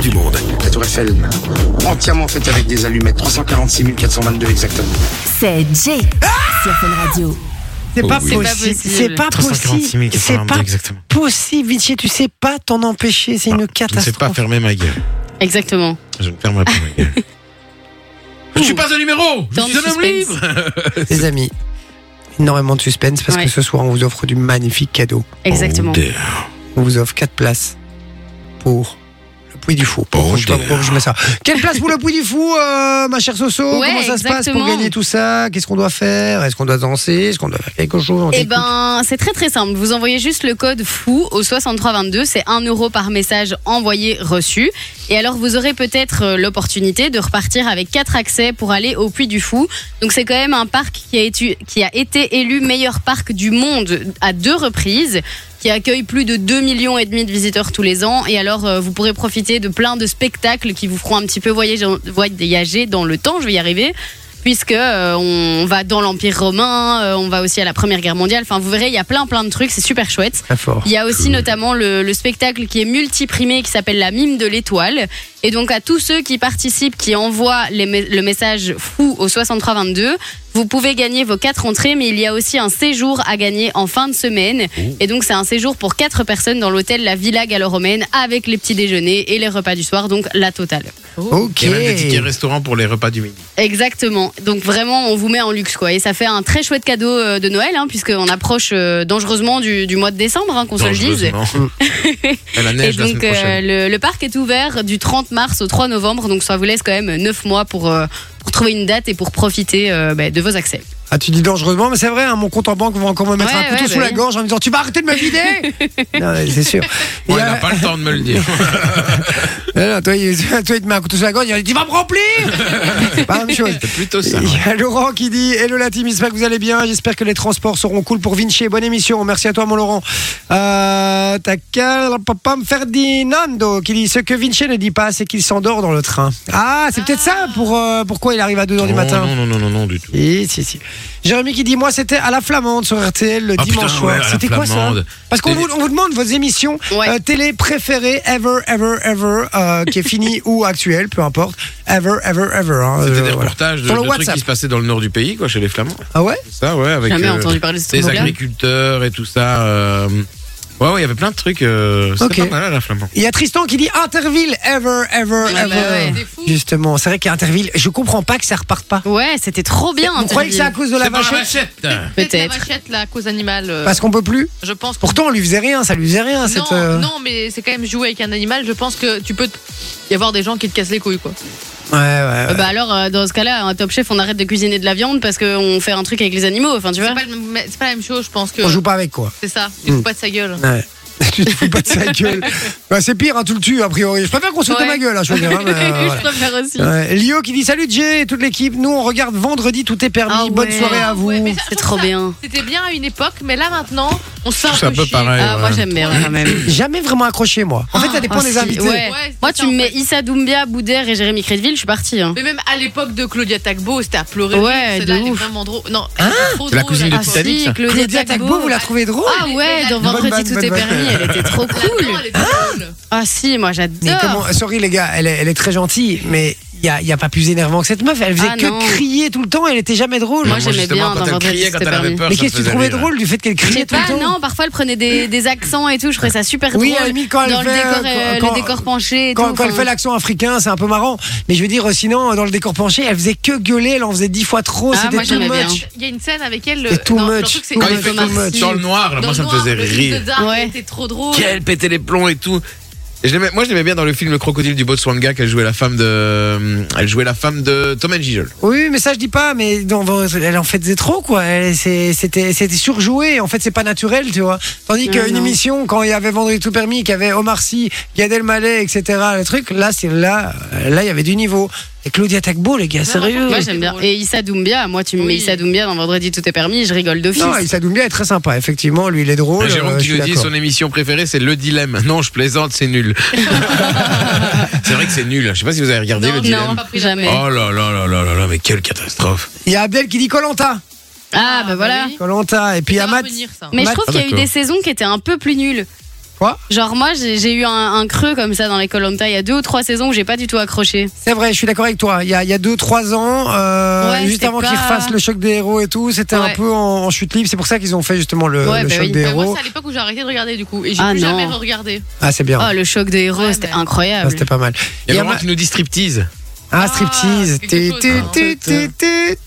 du monde. La tour Eiffel, entièrement faite avec des allumettes, 346 422 exactement. C'est Jay sur Fun Radio. C'est Oh pas, oui. possible. C'est C'est pas pas 346 possible. C'est 422 pas exactement. possible, Vinci. Tu sais pas t'en empêcher. C'est une Ah, Je ne sais pas catastrophe. fermer ma gueule. Exactement. Je ne ferme pas ma gueule. Je ne suis pas un numéro Je Tant suis de un homme suspense. libre Les amis, énormément de suspense parce Ouais. que ce soir, on vous offre du magnifique cadeau. Exactement. Oh, dear. On vous offre 4 places pour le Puy du Fou. Oh, Pourquoi je sais pas dear. pourquoi je mets ça. Quelle place pour le Puy du Fou, euh, ma chère Soso Ouais, Comment ça se passe pour exactement. gagner tout ça Qu'est-ce qu'on doit faire Est-ce qu'on doit danser Est-ce qu'on doit faire quelque chose On Eh t'écoute. ben, c'est très très simple. Vous envoyez juste le code FOU au 6322. C'est 1 euro par message envoyé reçu. Et alors, vous aurez peut-être euh, l'opportunité de repartir avec quatre accès pour aller au Puy du Fou. Donc, c'est quand même un parc qui a, étu- qui a été élu meilleur parc du monde à deux reprises qui accueille plus de 2 millions et demi de visiteurs tous les ans et alors euh, vous pourrez profiter de plein de spectacles qui vous feront un petit peu voyager, voyager dans le temps, je vais y arriver puisque euh, on va dans l'Empire romain, euh, on va aussi à la Première Guerre mondiale. Enfin, vous verrez, il y a plein plein de trucs, c'est super chouette. Très fort. Il y a aussi notamment le, le spectacle qui est multiprimé qui s'appelle la mime de l'étoile. Et donc à tous ceux qui participent, qui envoient les me- le message fou au 6322, vous pouvez gagner vos quatre entrées, mais il y a aussi un séjour à gagner en fin de semaine. Et donc c'est un séjour pour quatre personnes dans l'hôtel La Villa Gallo-Romaine avec les petits déjeuners et les repas du soir, donc la totale. Ok. Et même des tickets restaurant pour les repas du midi. Exactement. Donc vraiment, on vous met en luxe, quoi. Et ça fait un très chouette cadeau euh, de Noël, hein, puisqu'on approche euh, dangereusement du, du mois de décembre, hein, qu'on se le dise. Dangereusement. Et la Et neige la semaine donc euh, prochaine. le, le parc est ouvert du 30 mars au 3 novembre, donc ça vous laisse quand même 9 mois pour, euh, pour trouver une date et pour profiter euh, bah, de vos accès. Ah, tu dis dangereusement, mais c'est vrai, hein, mon compte en banque va encore me mettre Ouais, un couteau ouais, sous bah la oui. gorge en me disant Tu vas arrêter de me vider Non, mais c'est sûr. Ouais, Il y il a- n'a pas le temps de me le dire. Non, non, toi, il, toi, il te met un couteau sous la gorge, il dit Va me remplir C'est pas la même chose. C'est plutôt ça. Il y a Laurent qui dit Hello la team, j'espère que vous allez bien, j'espère que les transports seront cool pour Vinci. Bonne émission, merci à toi mon Laurent. Euh, T'as qu'à papam Ferdinando qui dit Ce que Vinci ne dit pas, c'est qu'il s'endort dans le train. Ah, c'est peut-être ça pour euh, pourquoi il arrive à 2h du Non, matin. Oh, Non, non, non, non, non, du tout. Si, si, si. Jérémy qui dit Moi, c'était à la Flamande sur RTL le Ah, dimanche putain, soir. ouais, à la c'était quoi ça Flamande. Parce qu'on C'était- vous, on vous demande vos émissions Ouais. euh, télé préférées, ever, ever, ever, euh, qui est finie ou actuelle, peu importe. Ever, ever, ever. hein, C'était euh, des voilà. reportages de, Sur le de trucs WhatsApp. qui se passaient dans le nord du pays, quoi, chez les Flamands. Ah ouais C'est Ça, ouais, avec Jamais euh, entendu parler de ce des truc-là. agriculteurs et tout ça. euh, Ouais, ouais, il y avait plein de trucs. Euh... C'était Ok. pas mal, la Flamand. Il y a Tristan qui dit Interville, ever, ever, Ouais, bah ever. ouais. Justement, c'est vrai qu'Interville, je comprends pas que ça reparte pas. Ouais, c'était trop bien. Vous croyez que c'est à Interville. cause de la C'est par la vachette vachette. Peut-être. La vachette, la cause animale. euh, Parce qu'on peut plus je pense. que- Pourtant, on lui faisait rien, ça lui faisait rien. non, cette, euh, non, mais c'est quand même jouer avec un animal. Je pense que tu peux t- y avoir des gens qui te cassent les couilles, quoi. Ouais, ouais, ouais. Bah alors, euh, dans ce cas-là, un top chef, on arrête de cuisiner de la viande parce qu'on fait un truc avec les animaux. Enfin, tu vois. C'est pas, le même- c'est pas la même chose, je pense euh, que. On joue pas avec quoi. C'est ça. Tu te fous pas de sa gueule. Ouais. tu te fous pas de sa gueule. Bah, c'est pire, hein, tout le tue, a priori. Je préfère qu'on se foute de Ouais. ma gueule, hein, je veux dire. hein, mais, euh, voilà. Je préfère aussi. Ouais. Lio qui dit salut Jay et toute l'équipe. Nous on regarde vendredi, tout est permis. Ah Bonne ouais. soirée à vous. Ouais, mais ça- je C'est trouve trop ça- bien. C'était bien à une époque, mais là maintenant, on se fait C'est un un peu peu chier. pareil. Ah, ouais. moi j'aime bien quand même. Jamais vraiment accroché moi. En fait, ça dépend Ah, des si, invités. ouais. Ouais, c'est Moi, ça, tu me en mets fait. Issa Doumbia, Boudère et Jérémy Crédville, je suis partie. hein. Mais même à l'époque de Claudia Tagbo, c'était à pleurer. Ouais, Celle-là, de elle est ouf. vraiment drôle. Non, C'est la cousine de Ah, Titanic, si, ça. Claudia Claudia Tagbo, vous la trouvez drôle Ah ouais, dans Bonne Vendredi vanne, tout bonne est vanne. permis, elle était trop cool. Ah si, moi Mais j'adore. comment Sorry les gars, elle est, elle est très gentille, mais il y a, y a pas plus énervant que cette meuf. Elle faisait Ah, que non. crier tout le temps. Elle était jamais drôle. Moi, Non, j'aimais justement, bien quand dans elle Vendredi, criait, quand c'était elle avait permis. peur. mais ça qu'est-ce que tu me faisait trouvais rire. drôle du fait qu'elle Je criait sais tout le pas, temps non, parfois elle prenait des, des accents et tout, je trouvais ça super drôle. Oui, à la limite, quand elle dans fait, le décor, euh, quand- le décor penché et euh, Quand, tout. quand elle enfin. fait l'accent africain, c'est un peu marrant. Mais je veux dire, sinon, dans le décor penché, elle faisait que gueuler. Elle en faisait dix fois trop. Ah, moi, C'était too j'aimais bien. much. Il y a une scène avec elle. C'est too non, leur much. truc, c'est- Quand Quand Ouais, il fait Thomas tout Sy. dans le noir, là, Dans moi ça me le noir, faisait le truc rire. de Dark, Ouais. il était trop drôle. Quelle pétait les plombs et tout. Et je l'aimais- moi, je l'aimais bien dans le film Le Crocodile du Botswana qu'elle jouait la femme de, euh, elle jouait la femme de Tom Gijol. Oui, mais ça je dis pas, mais dans votre- elle en faisait trop quoi. Elle- c'est- C'était c'était surjoué. En fait, c'est pas naturel, tu vois. Tandis Ah, qu'une non. émission quand il y avait Vendredi tout permis, qu'il y avait Omar Sy, Gad Elmaleh, etc. Le truc, là, c'est là, euh, là, il y avait du niveau. Et Claudia Tagbo, les gars, sérieux. Ah, Moi j'aime bien. Et Issa Doumbia, moi tu me mets Oui. Issa Doumbia dans Vendredi tout est permis, je rigole d'office. Non, Issa Doumbia est très sympa. Effectivement, lui, il est drôle. Jérôme euh, qui je nous suis dit d'accord. son émission préférée c'est Le Dilemme. Non, je plaisante, c'est nul. c'est vrai que c'est nul. hein. Je sais pas si vous avez regardé Non, Le non. Dilemme. pas pris la jamais. Oh là là là là là là, mais quelle catastrophe. Il y a Abdel qui dit Colanta. Ah bah voilà. oui. Colanta. Et puis il y a Ça va Matt. revenir, ça. Mais je Matt- trouve qu'il y a eu d'accord. des saisons qui étaient un peu plus nulles. Quoi Genre, moi, j'ai j'ai eu un, un creux comme ça dans les Colanta. Il y a deux ou trois saisons où j'ai pas du tout accroché. C'est vrai, je suis d'accord avec toi. Il y a, il y a deux, trois ans, euh, Ouais, juste c'était avant pas- qu'ils refassent le choc des héros et tout, c'était un Ouais. peu en, en chute libre. C'est pour ça qu'ils ont fait justement le, Ouais, le bah choc oui. des Mais moi, héros. c'est à l'époque où j'ai arrêté de regarder du coup. Et j'ai Ah, plus non. jamais regardé. Ah, c'est bien. Oh, le choc des héros, Ouais, c'était mais- Ah, incroyable. c'était pas mal. Il y a ma- vraiment qui nous dit striptease. Ah, Ah, striptease. quelque Tu, chose, tu, hein. tu, tu, tu, tu.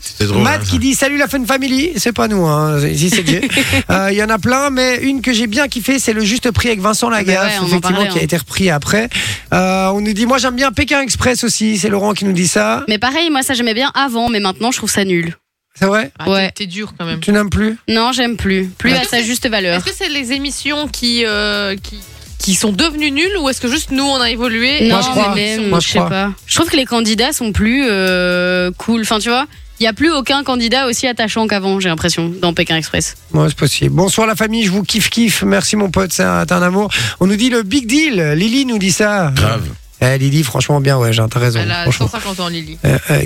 C'est drôle, Matt hein, qui ça. dit salut la fun family, c'est pas nous, hein. ici c'est Jay. Euh, Il y en a plein, mais une que j'ai bien kiffé, c'est le juste prix avec Vincent Lagaffe, Ah, bah ouais, on en effectivement, parlait, qui a hein. été repris après. Euh, on nous dit, moi j'aime bien Pékin Express aussi, c'est Laurent qui nous dit ça. Mais pareil, moi, ça j'aimais bien avant, mais maintenant, je trouve ça nul. C'est vrai Ah, t'es- Ouais. T'es dur quand même. Tu n'aimes plus Non, j'aime plus. Plus Est-ce à que sa c'est- juste valeur. Est-ce que c'est les émissions qui, euh, qui, qui sont devenues nulles ou est-ce que juste nous on a évolué Non, Moi, je crois. mais même, Moi, je je sais crois. pas. Je trouve que les candidats sont plus euh, cool. Enfin, tu vois, il y a plus aucun candidat aussi attachant qu'avant, j'ai l'impression, dans Pékin Express. Ouais, c'est possible. Bonsoir la famille, je vous kiffe kiffe. Merci mon pote, c'est un, t'es un amour. On nous dit le big deal. Lily nous dit ça. Grave. Eh, Lily, franchement bien, ouais, j'ai t'as raison. Elle a franchement. 150 ans, Lily. Euh, euh,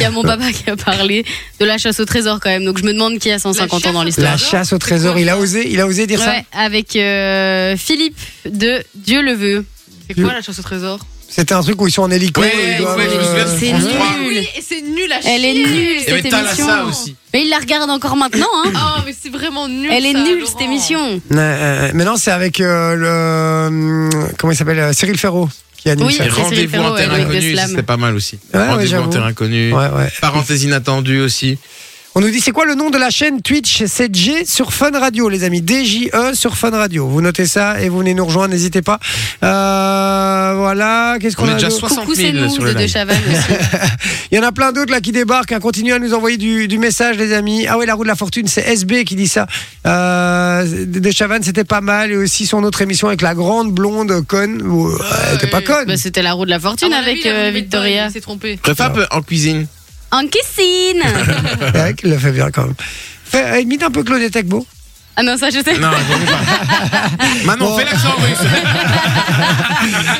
Il y a mon papa qui a parlé de la chasse au trésor quand même, donc je me demande qui a 150 ans dans chasse au l'histoire. la chasse au trésor, il a osé, il a osé dire ça. Ouais, avec euh, Philippe de Dieu le veut. C'est quoi la chasse au trésor C'était un truc où ils sont en hélico. Ouais, ils doivent, ouais, je me souviens de euh, C'est France nul. trois. Nul. Ah et c'est nul à chier. Elle est nulle Il y avait cette Thalassa émission. aussi. Mais il la regarde encore maintenant. Hein. Ah, mais c'est vraiment nul. Elle est ça, nulle Laurent. cette émission. euh, euh, maintenant, c'est avec euh, le. hum, Comment il s'appelle euh, Cyril Ferraud qui anime Oui. ça. Et c'est Cyril Rendez-vous Ferraud en terre avec inconnue, Beslam. c'était pas mal aussi. Ouais, ouais, Rendez-vous en j'avoue. terre inconnue. Ouais, ouais. Parenthèse inattendue aussi. On nous dit c'est quoi le nom de la chaîne Twitch C'est J sur Fun Radio, les amis. DJE sur Fun Radio. Vous notez ça et vous venez nous rejoindre, n'hésitez pas. Euh, voilà, qu'est-ce qu'on On a est déjà d'autre 60 Coucou, c'est 000 nous sur de le De live. Chavannes aussi. Il y en a plein d'autres là qui débarquent. hein. Continuez à nous envoyer du, du message, les amis. Ah ouais, la roue de la fortune, c'est SB qui dit ça. Euh, de Chavannes, c'était pas mal. Et aussi son autre émission avec la grande blonde conne. ou- Elle était pas conne. Bah, C'était la roue de la À fortune Ah, mon avis, avec il euh, a voulu mettre dedans, Victoria. Il s'est trompé. Préfère en cuisine. En cuisine C'est vrai qu'il le fait bien quand même. Fait, imite un peu Claudette Agbo. Ah non, ça je sais. Non, je ne pas. Manon, Bon. fais l'accent russe.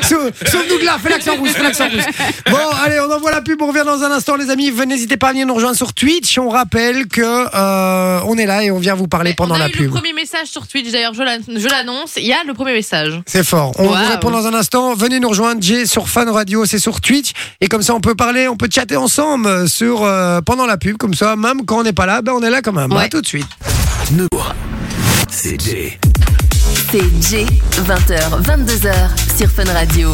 Sau- Sauve-nous de là, fais l'accent rouge, fais l'accent rouge. Bon, allez, on envoie la pub, on revient dans un instant, les amis. Venez, n'hésitez pas à venir nous rejoindre sur Twitch. On rappelle que euh, on est là et on vient vous parler Mais pendant on a la eu pub. le premier message sur Twitch, d'ailleurs, je l'an- je l'annonce. Il y a le premier message. C'est fort. On vous Waouh. répond dans un instant. Venez nous rejoindre, Jay, sur Fan Radio, c'est sur Twitch. Et comme ça, on peut parler, on peut chatter ensemble euh, sur, euh, pendant la pub. Comme ça, même quand on n'est pas là, ben, on est là quand même. À Ouais. tout de suite. C'est Jay. C'est Jay, 20h, 22h sur Fun Radio.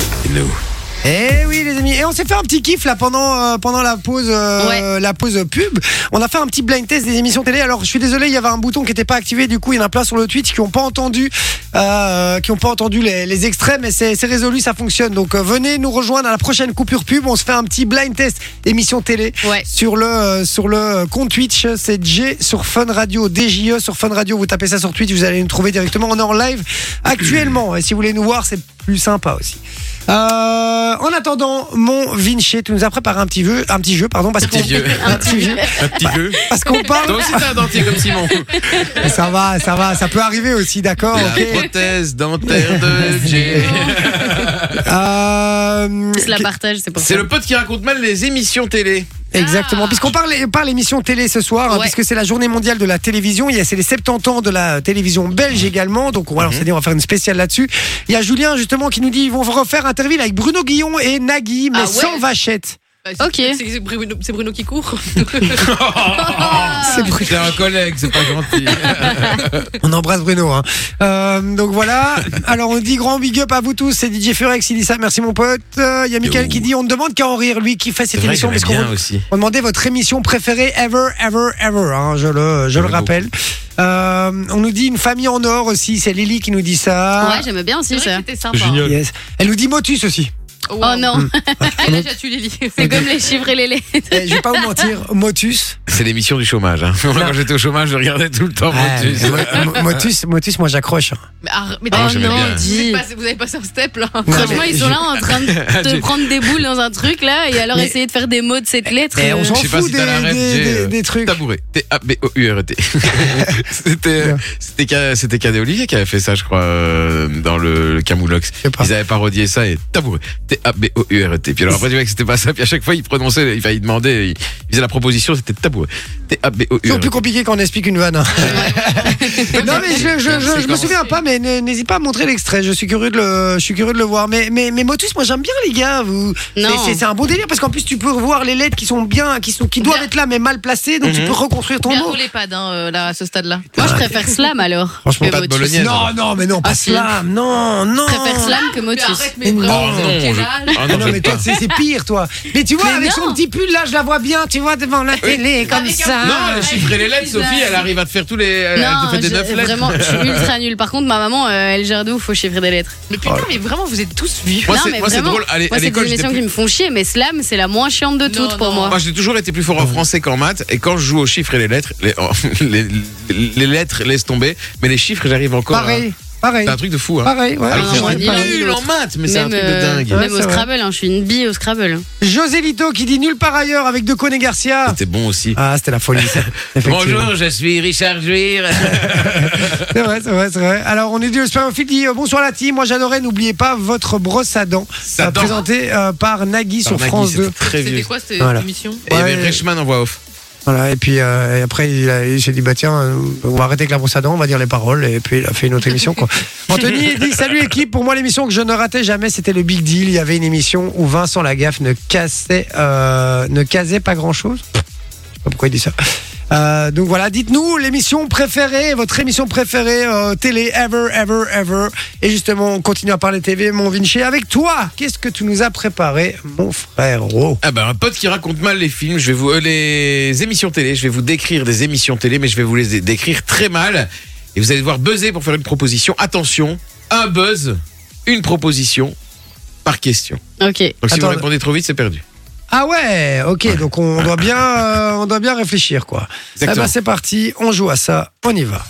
Eh oui les amis, et on s'est fait un petit kiff là pendant euh, pendant la pause euh, la pause pub. On a fait un petit blind test des émissions télé. Alors je suis désolé, il y avait un bouton qui n'était pas activé. Du coup, il y en a plein sur le Twitch qui n'ont pas entendu euh, qui ont pas entendu les, les extraits, mais c'est c'est résolu, ça fonctionne. Donc euh, venez nous rejoindre à la prochaine coupure pub. On se fait un petit blind test émission télé Ouais. sur le euh, sur le compte Twitch, c'est J sur Fun Radio, DJE sur Fun Radio. Vous tapez ça sur Twitch, vous allez nous trouver directement. On est en live actuellement. Et si vous voulez nous voir, c'est plus sympa aussi. Euh, en attendant, mon Vinci, tu nous as préparé un petit jeu, un petit jeu, pardon, parce Petit qu'on vieux. un petit jeu, Un petit peu. parce qu'on Toi parle. aussi, t'as un dentier comme Simon. Ça va, ça va, ça peut arriver aussi, d'accord. La ok. prothèse dentaire de Jay. Euh, Je la partage, c'est pour ça. C'est le pote qui raconte mal les émissions télé. Exactement, puisqu'on parle, parle émission télé ce soir, hein, Ouais. puisque c'est la journée mondiale de la télévision, il y a c'est les 70 ans de la télévision belge également, donc on Mhm. va, alors, c'est-à-dire, on va faire une spéciale là-dessus. Il y a Julien justement qui nous dit ils vont refaire interview avec Bruno Guillon et Nagui, mais Ah ouais sans vachette. Bah, Ok. c'est- C'est c'est Bruno, c'est Bruno qui court. C'est Bruno. C'est un collègue, c'est pas gentil. On embrasse Bruno. hein. Euh, donc voilà. Alors on dit grand big up à vous tous. C'est DJ Furex qui dit ça. Merci mon pote. Euh, Il y a Michael Yo. qui dit on ne demande qu'à en rire lui qui fait cette vrai émission qu'il y en a qu'on bien aussi. on demandait votre émission préférée ever ever ever. hein. je le je le J'aime rappelle. Euh, on nous dit une famille en or aussi. C'est Lily qui nous dit ça. Ah. Ouais, j'aimais bien C'est aussi vrai ça. que c'était sympa. Yes. Elle nous dit Motus aussi. Oh, Oh wow. non, Et là, j'ai tué Lily. c'est comme les chiffres et les lettres. Eh, je vais pas vous mentir, Motus. C'est l'émission du chômage. hein. Moi, quand j'étais au chômage, je regardais tout le temps Motus. Ouais, Ah, Mo- Motus, Motus, moi j'accroche. hein. Mais arr- mais Ah, t'as- j'aimais non, bien. vous avez passé- vous avez passé un step là. Non, Franchement, mais ils sont je- là en train de te prendre des boules dans un truc là et alors Mais- essayer de faire des mots de cette lettre. Eh, euh, on s'en Je sais pas fout si des, t'as la ref, des- j'ai, des- euh, des trucs. Tabouret. T-A-B-O-U-R-E-T. C'était, c'était, Ca- c'était Cadet Olivier qui avait fait ça, je crois, euh, dans le, le Camoulox. sais pas. Ils avaient parodié ça et tabouret. T T-A-B-O-U-R-E-T. Puis alors après, tu vois que c'était pas ça. Puis à chaque fois, il prononçait, il, enfin, il demandait, il, il faisait la proposition, c'était tabou. C'est toujours plus T-A-B-O-U-R-E-T. compliqué quand on explique une vanne. hein. non mais je, je- je- C'est je me comment souviens pas, mais n- n'hésite pas à montrer l'extrait. Je suis curieux de le, je suis curieux de le voir. Mais mais mais Motus, moi j'aime bien les gars. Vous, Non. C'est- c'est- c'est un beau délire parce qu'en plus tu peux revoir les lettres qui sont bien, qui sont qui doivent Bien. être là mais mal placées, donc tu Mhm. peux reconstruire ton Bien mot. roulé pads hein, euh, là, à ce stade-là. Moi, je préfère slam alors. Franchement, que pas de Motus. bolognaise. Non non mais non pas Ah, si. slam, non non. Je préfère Oh, slam que Mais Motus. arrête mes Mais bras, non, c'est non, quel je- âge Ah Ah non, non, mais j'aime toi, pas. c'est c'est pire, toi. Mais tu vois, Mais avec son non. petit pull, là, je la vois bien, tu vois, devant la télé, comme Avec un ça. pull. Non, chiffrer les lettres, Sophie, elle arrive à te faire tous les. Elle Ah, Non, te fait des je- neuf lettres. vraiment, je suis ultra nulle. Par contre, ma maman, euh, elle gère de ouf, faut chiffrer des lettres. Oh, Mais putain, mais vraiment, vous êtes tous vieux. Moi, Non, c'est- mais moi, c'est vraiment. drôle. Allez, à Moi, c'est des l'école, j'étais émissions qui me font chier, mais slam, c'est la moins chiante de toutes Non, pour non. moi. Moi, j'ai toujours été plus fort en français qu'en maths, et quand je joue aux chiffres et les lettres, les, les- les lettres laissent tomber, mais les chiffres, j'arrive encore. Pareil, hein. pareil, C'est un truc de fou, hein. pareil, ouais. Alors non, que moi, j'étais ni l'un ni nul en l'autre. maths, mais c'est un Même, truc de euh, dingue. Ouais, Même c'est au vrai. Scrabble, hein, je suis une bille au Scrabble. José Lito qui dit nul par ailleurs avec Deconé Garcia. C'était bon aussi. Ah, c'était la folie, ça. Effectivement. Bonjour, je suis Richard Juir. C'est vrai, c'est vrai, c'est vrai. Alors, on est dit, le spermophile dit euh, bonsoir la team. Moi, j'adorais, n'oubliez pas votre brosse à dents. Sa euh, dent. Présentée euh, par Nagui sur Par France Nagui, 2. c'était Très C'était vieux. quoi cette Voilà. émission Et il y Ouais. avait Reichmann en voix off. Voilà, et puis euh, et après, il, a- il s'est dit, bah tiens, euh, on va arrêter avec la brosse à dents, on va dire les paroles, et puis il a fait une autre émission, quoi. Anthony il dit, salut équipe, pour moi, l'émission que je ne ratais jamais, c'était le Big Deal. Il y avait une émission où Vincent Lagaffe ne cassait, euh, ne casait pas grand chose. Je sais pas pourquoi il dit ça. Euh, donc voilà, dites-nous l'émission préférée, votre émission préférée euh, télé ever, ever, ever. Et justement, on continue à parler TV, mon Vinci. Avec toi, qu'est-ce que tu nous as préparé, mon frère Oh. Ah ben un pote qui raconte mal les films, je vais vous euh, les émissions télé, je vais vous décrire des émissions télé, mais je vais vous les dé- décrire très mal. Et vous allez devoir buzzer pour faire une proposition. Attention, un buzz, une proposition par question. Ok. Donc si Attends. vous répondez trop vite, c'est perdu. Ah ouais, ok, donc on doit bien, euh, on doit bien réfléchir quoi. Eh Exactement. ben c'est parti, on joue à ça, on y va.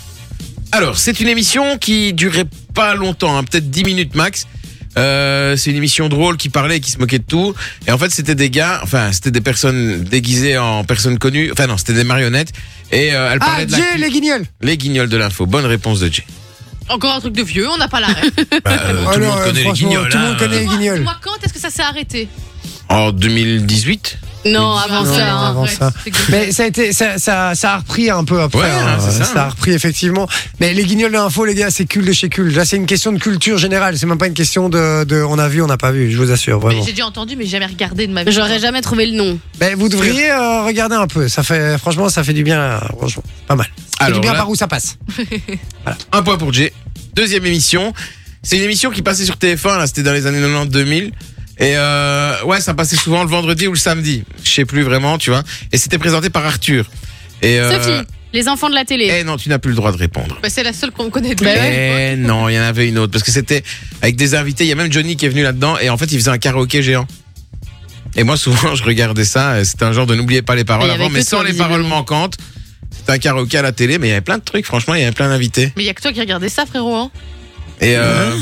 Alors c'est une émission qui durait pas longtemps, hein, peut-être 10 minutes max. Euh, c'est une émission drôle qui parlait et qui se moquait de tout. Et en fait, c'était des gars, enfin, c'était des personnes déguisées en personnes connues. Enfin, non, c'était des marionnettes. Et euh, elle parlait Ah de la- Jay, les guignols. les guignols de l'info. Bonne réponse de Jay. Encore un truc de vieux, on n'a pas la ref. Bah, euh, Oh tout le non, monde euh, connaît les franchement, guignols. tout le hein. monde connaît les guignols. Moi, quand est-ce que ça s'est arrêté En 2018 Non, avant Non, ça. hein. avant ouais, ça. c'est que- Mais ça a été, ça, ça, ça a repris un peu après. Ouais, hein, c'est ça, a hein. repris effectivement. Mais les guignols de l'info, les gars, c'est cul de chez cul. Là, c'est une question de culture générale. C'est même pas une question de, de on a vu, on n'a pas vu. Je vous assure Mais vraiment. J'ai déjà entendu, mais j'ai jamais regardé de ma vie. J'aurais jamais trouvé le nom. Mais vous devriez euh, regarder un peu. Ça fait, franchement, ça fait du bien. là, Franchement, pas mal. Ça fait du Alors bien là- par où ça passe. Un point pour Jay. Deuxième émission. C'est une émission qui passait sur TF1, là, c'était dans les années 90-2000. Et euh, ouais, ça passait souvent le vendredi ou le samedi. Je sais plus vraiment, tu vois. Et c'était présenté par Arthur. Et euh, Sophie, les enfants de la télé. Eh non, tu n'as plus le droit de répondre. Bah, c'est la seule qu'on connaît de Bah lui. ouais. Eh non, il y en avait une autre. Parce que c'était avec des invités. Il y a même Johnny qui est venu là-dedans. Et en fait, il faisait un karaoké géant. Et moi, souvent, je regardais ça. et C'était un genre de n'oubliez pas les paroles Il y avait avant, mais que toi, sans les paroles visiblement. manquantes. C'était un karaoké à la télé, mais il y avait plein de trucs. Franchement, il y avait plein d'invités. Mais il y a que toi qui regardais ça, frérot. Hein. Et euh,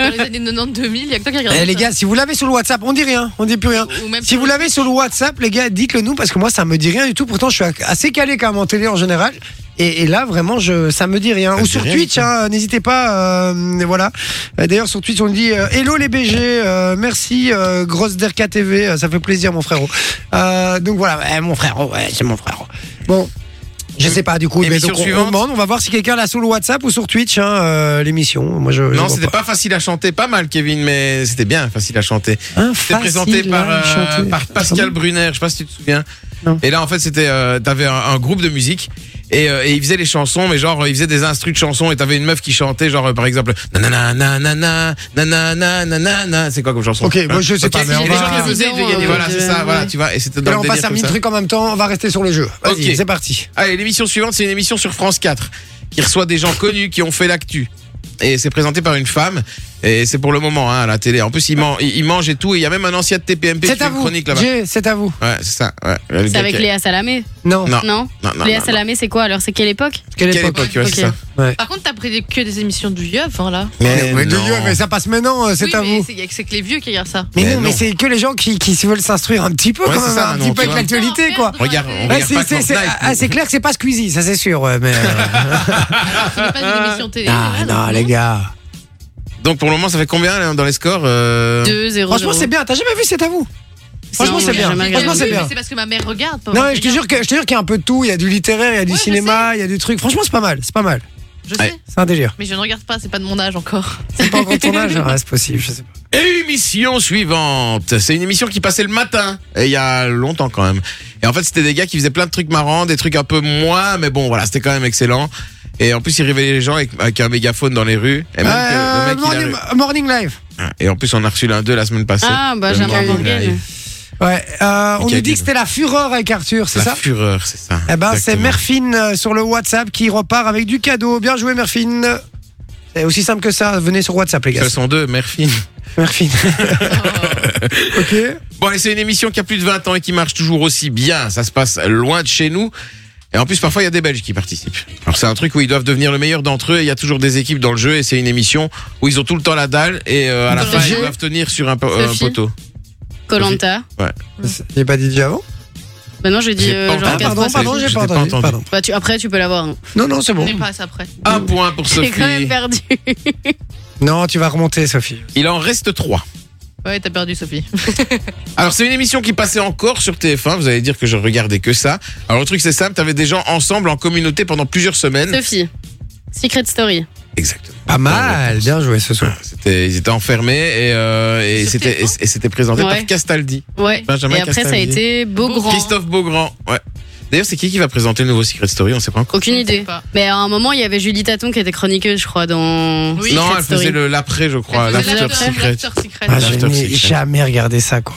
Dans les années 90-2000, il y a que toi qui regardais Eh, ça. les gars, si vous l'avez sur le WhatsApp, on dit rien, on dit plus rien. Ou même Si vous l'avez sur le WhatsApp, les gars, dites-le nous parce que moi, ça me dit rien du tout. Pourtant, je suis assez calé quand même en télé en général. Et, et là, vraiment, je, ça me dit rien. Ça Ou te sur dit rien Twitch, du tout. hein, n'hésitez pas. euh, voilà. Euh, D'ailleurs, sur Twitch, on dit euh, Hello les BG, euh, merci euh, Grosse Derka TV, euh, ça fait plaisir, mon frérot. Euh, donc voilà, eh, mon frérot, ouais, c'est mon frérot. Bon. Je sais pas du coup, mais Euh, Émission donc on, on suivante. demande, on va voir si quelqu'un l'a sur le WhatsApp ou sur Twitch hein, euh, l'émission. Moi je je non, vois c'était pas facile à chanter, pas mal, Kevin, mais c'était bien facile à chanter. Hein, C'était présenté facile par, à euh, chanter. Ah, par Pascal Brunner, je sais pas si tu te souviens. Non. Et là, en fait, c'était, euh, t'avais un, un groupe de musique et, euh, et ils faisaient les chansons, mais genre ils faisaient des instrus de chansons et t'avais une meuf qui chantait, genre euh, par exemple, nanana nanana nanana nanana, c'est quoi comme chanson Ok, moi, je sais Ok, pas, mais si on les va- gens qui faisaient, ils Président, gagnaient. euh, Voilà, c'est de- ça, voilà, tu vois. Et c'était dans Et là, le on délire passe à comme mille ça. trucs en même temps, on va rester sur le jeu. Vas-y, Ok. c'est parti. Allez, l'émission suivante, c'est une émission sur France 4 qui reçoit des gens connus qui ont fait l'actu. Et c'est présenté par une femme. Et c'est pour le moment, hein, à la télé. En plus, ils, man- ils- ils mangent et tout. Et il y a même un ancien de TPMP qui C'est fait à une vous. chronique là-bas. Jay, c'est à vous. Ouais, c'est ça. Ouais. C'est avec Léa Salamé. Non. Non. Non, Non, non, Léa non, Salamé, c'est quoi alors C'est quelle époque Quelle Quelle époque époque, ouais, Ok. c'est ça. Par contre, t'as pris des- que des émissions du vieux avant là. Mais, mais de non. Dieu, mais ça passe maintenant, euh, c'est Oui, à mais vous. C'est y a que c'est que les vieux qui regardent ça. Mais, Mais non, mais non. c'est que les gens qui, qui veulent s'instruire un petit peu, Ouais, quand c'est même, ça, un non, petit tu peu avec vois. l'actualité, quoi. Regarde, on Ouais, regarde c'est- pas c'est c'est- Fortnite. ah, c'est clair que c'est pas Squeezie, ça c'est sûr. ouais, Mais... Ah, Ce n'est pas une émission télé. non, non, les gars. Donc pour le moment, ça fait combien là, dans les scores euh, 2, 0. Franchement, c'est bien. T'as jamais vu, c'est à vous. franchement, c'est bien. Franchement, c'est Oui, bien. mais C'est parce que ma mère regarde. pas Non, moi, mais je te jure que je te jure qu'il y a un peu de tout. Il y a du littéraire, il y a du Ouais, je cinéma, il y a du truc. Franchement, c'est pas mal. C'est pas mal. Je Ouais. sais, C'est un délire. mais je ne regarde pas, c'est pas de mon âge encore. C'est pas encore ton âge. Ah, c'est possible. Je sais pas. Émission suivante. C'est une émission qui passait le matin. Et il y a longtemps quand même. Et en fait, c'était des gars qui faisaient plein de trucs marrants, des trucs un peu moins, mais bon, voilà, c'était quand même excellent. Et en plus, ils réveillaient les gens avec, avec un mégaphone dans les rues. Et, même Euh, que le mec, il a morning, morning Live. le- et en plus, on a reçu l'un d'eux la semaine passée. Ah, bah, Le j'ai un Morning Morgan. Live. Ouais. euh, on Michael nous dit Gagne. que c'était la fureur avec Arthur, c'est La ça fureur, c'est ça. Eh ben, c'est Exactement. Merfine euh, sur le WhatsApp qui repart avec du cadeau. Bien joué, Merfine. C'est aussi simple que ça. Venez sur WhatsApp, les gars. Ce sont deux, Merfine. Merfine. ok. Bon, allez, c'est une émission qui a plus de 20 ans et qui marche toujours aussi bien. Ça se passe loin de chez nous. Et en plus, parfois, il y a des Belges qui participent. Alors, c'est un truc où ils doivent devenir le meilleur d'entre eux. Et il y a toujours des équipes dans le jeu. Et c'est une émission où ils ont tout le temps la dalle. Et euh, à la Dans fin, le ils jeu doivent tenir sur un, po- euh, un Sophie. poteau. Colanta. J'ai pas dit avant. Bah non, j'ai dit J'ai euh, pas genre entendu. Ah, quatre 4 pardon, fois, fois. pardon, c'est- j'ai je pas t'ai pas entendu. entendu. Pardon. Bah, tu- après, tu peux l'avoir. hein. Non, non, c'est bon. On est pas assez après. Un point pour J'ai Oh. Sophie. quand même perdu. Non, tu vas remonter, Sophie. Il en reste trois. Ouais, t'as perdu, Sophie. Alors c'est une émission qui passait encore sur TF1, vous allez dire que je regardais que ça. Alors le truc c'est simple, t'avais des gens ensemble en communauté pendant plusieurs semaines. Sophie. Secret Story. Exactement. Pas mal. Bien joué ce soir. C'était, ils étaient enfermés et, euh, et Sur c'était, et, TF1? et c'était présenté Ouais. par Castaldi. Ouais. Benjamin Et après, ça a Castaldi. été Beaugrand. Christophe Beaugrand. Ouais. D'ailleurs, c'est qui qui va présenter le nouveau Secret Story On sait pas encore. Aucune idée. pas. Mais à un moment, il y avait Julie Taton qui était chroniqueuse, je crois, dans Oui. non, Secret elle Story. faisait le, l'après, je crois. Elle faisait L'after l'after- Secret. l'after secret. Ah, j'ai j'ai After ni- Secret. jamais regardé ça, quoi.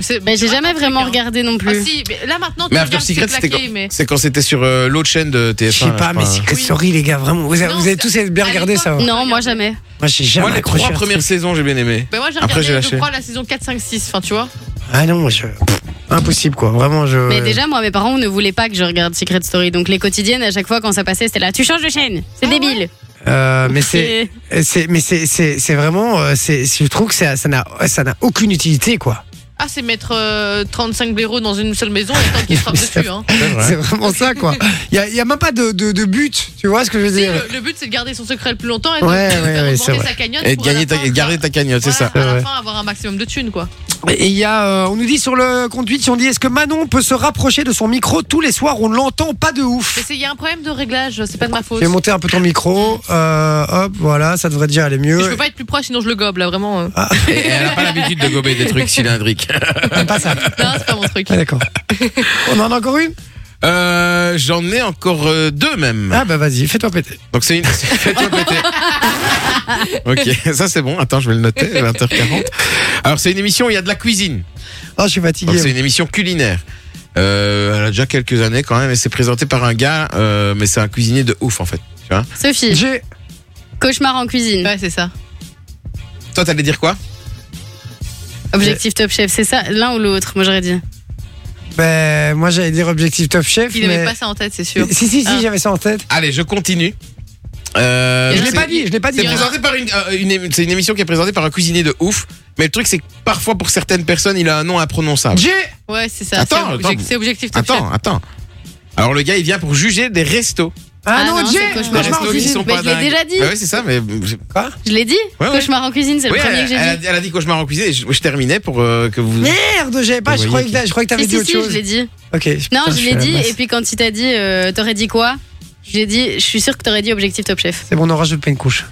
C'est- Bah, j'ai c'est jamais un truc, vraiment hein. regardé non Ah plus. si, mais là maintenant, tu Mais After regardes, Secret, c'est c'était claqué, quand, mais- c'est quand c'était sur euh, l'autre chaîne de TF1. Je sais là, pas, mais crois. Secret Oui. Story, les gars, vraiment. Vous avez, Non, vous avez c'est- tous bien à regardé ça. ouais. l'époque, Non, moi jamais. Moi, j'ai jamais Moi, les accroché trois à ce premières truc. saisons, j'ai bien aimé. Bah, moi j'ai Après, regardé, j'ai lâché. je crois, la saison 4, 5, 6, enfin tu vois. Ah non, moi, je. Pff, Impossible, quoi. Vraiment, je. Mais déjà, moi, mes parents ne voulaient pas que je regarde Secret Story. Donc, les quotidiennes, à chaque fois, quand ça passait, c'était là, tu changes de chaîne. C'est Ah débile. Euh, mais c'est. Et- Euh, C'est, mais c'est, c'est, c'est vraiment, euh, c'est, c'est- je trouve que ça, ça n'a, ça n'a aucune utilité, quoi. Ah, c'est mettre euh, 35 blaireaux dans une seule maison et tant qu'ils frappent dessus. Hein. C'est vrai. C'est vraiment ça, quoi. Il y a, il y a même pas de, de, de but, tu vois ce que je veux Si, dire le, le but c'est de garder son secret le plus longtemps et de Ouais, de ouais, faire ouais, c'est augmenter vrai. sa cagnotte. Et de pour à la gagner ta, fin, et de garder ta cagnotte, c'est ça. voilà, À Ouais. la fin, avoir un maximum de thunes quoi. Et il y a, euh, on nous dit sur le compte 8, on dit est-ce que Manon peut se rapprocher de son micro tous les soirs On l'entend pas de Mais ouf. c'est- il y a un problème de réglage, c'est pas de ma faute. Je vais monter un peu ton micro, euh, hop, voilà, ça devrait déjà aller Mais Je peux mieux. pas être plus proche sinon je le gobe là vraiment. euh. Et elle n'a pas l'habitude de gober des trucs cylindriques. Pas ça. Non, c'est pas mon truc. Ah, d'accord. on en a encore une Euh, J'en ai encore euh, deux même. Ah bah vas-y, fais-toi péter. Donc c'est une. Fais-toi péter. ok, ça c'est bon. Attends, je vais le noter. 20h40. Alors c'est une émission où il y a de la cuisine. Oh, je suis Donc c'est fatigué. une émission culinaire. Euh, elle a déjà quelques années quand même et c'est présenté par un gars, euh, mais c'est un cuisinier de ouf en fait. Tu vois Sophie, J'ai, cauchemar en cuisine. Ouais, c'est ça. Toi t'allais dire quoi Objectif Top Chef, c'est ça, l'un ou l'autre, moi j'aurais dit. ben, moi j'allais dire objectif top chef, Il avait mais. pas ça en tête, c'est sûr. Si, si, si, Ah. j'avais ça en tête. Allez, je continue. Ah, Euh, je c'est- l'ai pas dit, je l'ai pas dit. C'est présenté par une, euh, une é- c'est une émission qui est présentée par un cuisinier de ouf. Mais le truc c'est que parfois pour certaines personnes il a un nom imprononçable. J'ai. Ouais, c'est ça. Attends, c'est objectif- attends. c'est objectif top Attends, attends. Alors le gars il vient pour juger des restos. Ah, non, non, j'ai. c'est Les cauchemar Cauchemar en restos qui cuisine. sont Mais pas je l'ai dingues. déjà dit. Bah oui, c'est ça, mais oui, Quoi Je l'ai dit ouais. Cauchemar en cuisine, c'est le premier elle, que j'ai elle a dit. dit, elle a dit cauchemar en cuisine et je, je terminais pour euh, que vous. Merde, j'avais pas, je Vous croyais voyez que, je croyais que t'avais Si, dit si, autre si, je chose. l'ai dit. Ok. Non, putain, je suis l'ai à la dit, masse. et puis quand il t'a dit, euh, t'aurais dit quoi Je lui ai dit, je suis sûre que t'aurais dit Objectif Top Chef. C'est bon, on aura jeté une couche.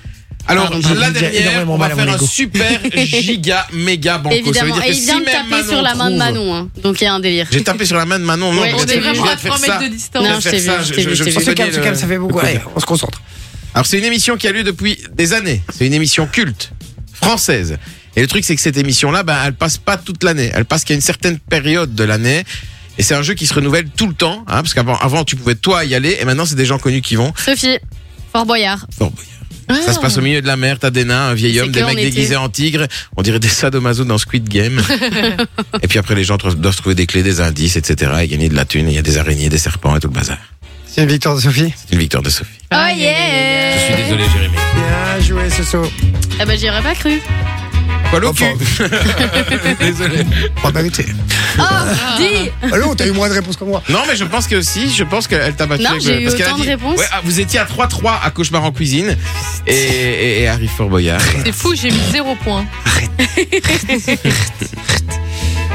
Alors Pardon, pardon, la j'ai dernière, énormément on va mal à mon faire un ego. super giga méga banco. Ça veut Évidemment, dire et que il vient si de même taper Manon sur la main de trouve- Manon, hein. donc il y a un délire. J'ai tapé sur la main de Manon. Non, Ouais, mais on On je est viens vraiment de à faire 3 ça. mètres de distance. Je Non, vais je faire t'ai ça, vu, je je- t'ai vu, je- je t'ai je vu. On se vais calme, donner se le- calme, ça fait beaucoup. Allez, on se concentre. Alors c'est une émission qui a lieu depuis des années. C'est une émission culte française. Et le truc c'est que cette émission-là, ben, elle passe pas toute l'année. Elle passe qu'à une certaine période de l'année. Et c'est un jeu qui se renouvelle tout le temps, hein, parce qu'avant avant, tu pouvais toi y aller, et maintenant c'est des gens connus qui vont. Sophie, Fort Boyard. Fort Boyard. bah, Ça se passe au milieu de la mer, t'as des nains, un vieil Ah. C'est homme, que des en mecs été. déguisés en tigre, on dirait des sadomaso dans Squid Game. et puis après les gens tro- doivent trouver des clés, des indices, etc. et gagner de la thune, et il y a des araignées, des serpents et tout le bazar. C'est une victoire de Sophie. C'est une victoire de Sophie. Oh yeah Je suis désolé Jérémy. Bien joué, Soso. Ah bah j'y aurais pas cru. Quoi, le Enfin, cul Désolé. Pas vérité. Oh, Ah. Dis Allô, t'as eu moins de réponses que moi. Non, mais je pense que si, je pense qu'elle t'a battu. Non, avec- euh, j'ai eu parce qu'elle a autant de dit- réponses. Ouais, ah, vous étiez à 3-3 à Cauchemar en cuisine et, et, et Harry Fort Boyard. C'est fou, j'ai mis zéro point.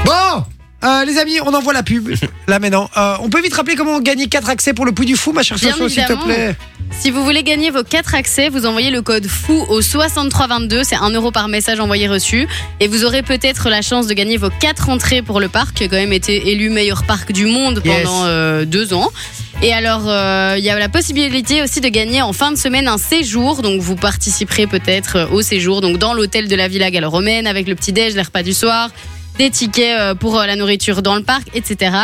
Bon euh, les amis, on envoie la pub là maintenant. Euh, on peut vite rappeler comment gagner 4 accès pour le Puy du Fou, ma chère Bien Soso, s'il te évidemment. plaît. Si vous voulez gagner vos 4 accès, vous envoyez le code FOU au 6322, c'est 1 euro par message envoyé reçu. Et vous aurez peut-être la chance de gagner vos 4 entrées pour le parc, qui a quand même été élu meilleur parc du monde Yes. pendant 2 ans. Et alors, euh, il y a la possibilité aussi de gagner en fin de semaine un séjour. Donc, vous participerez peut-être euh, au séjour, donc dans l'hôtel de la Villa Gallo-Romaine, avec le petit-déj, les repas du soir, des tickets euh, pour euh, la nourriture dans le parc, etc.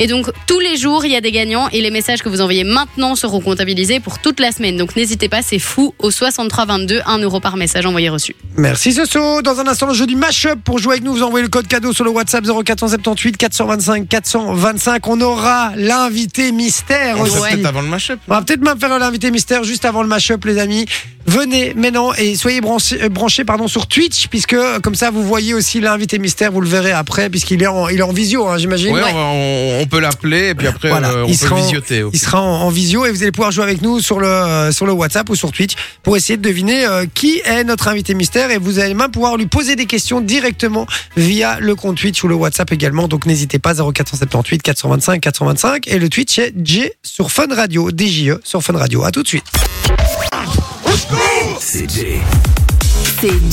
Et donc tous les jours, il y a des gagnants et les messages que vous envoyez maintenant seront comptabilisés pour toute la semaine. Donc n'hésitez pas, c'est fou au 6322, 1 euro par message envoyé reçu. Merci Soso. Dans un instant, le jeu du mashup. Pour jouer avec nous, vous envoyez le code cadeau sur le WhatsApp 0478 425 425. On aura l'invité mystère On aussi. serait peut-être avant le mashup. On va peut-être même faire l'invité mystère juste avant le mashup, les amis. Venez maintenant et soyez branchés, euh, branchés, pardon, sur Twitch, puisque euh, comme ça, vous voyez aussi l'invité mystère. Vous le verrez après, puisqu'il est en, il est en visio, hein, j'imagine. Ouais, on, va- on- on peut l'appeler et puis après Voilà. euh, on Il peut sera le en- visioter. Il sera en, en visio et vous allez pouvoir jouer avec nous sur le, euh, sur le WhatsApp ou sur Twitch pour essayer de deviner euh, qui est notre invité mystère et vous allez même pouvoir lui poser des questions directement via le compte Twitch ou le WhatsApp également. Donc n'hésitez pas 0478 425 425 et le Twitch est J sur Fun Radio, DJE sur Fun Radio. À tout de suite. C'est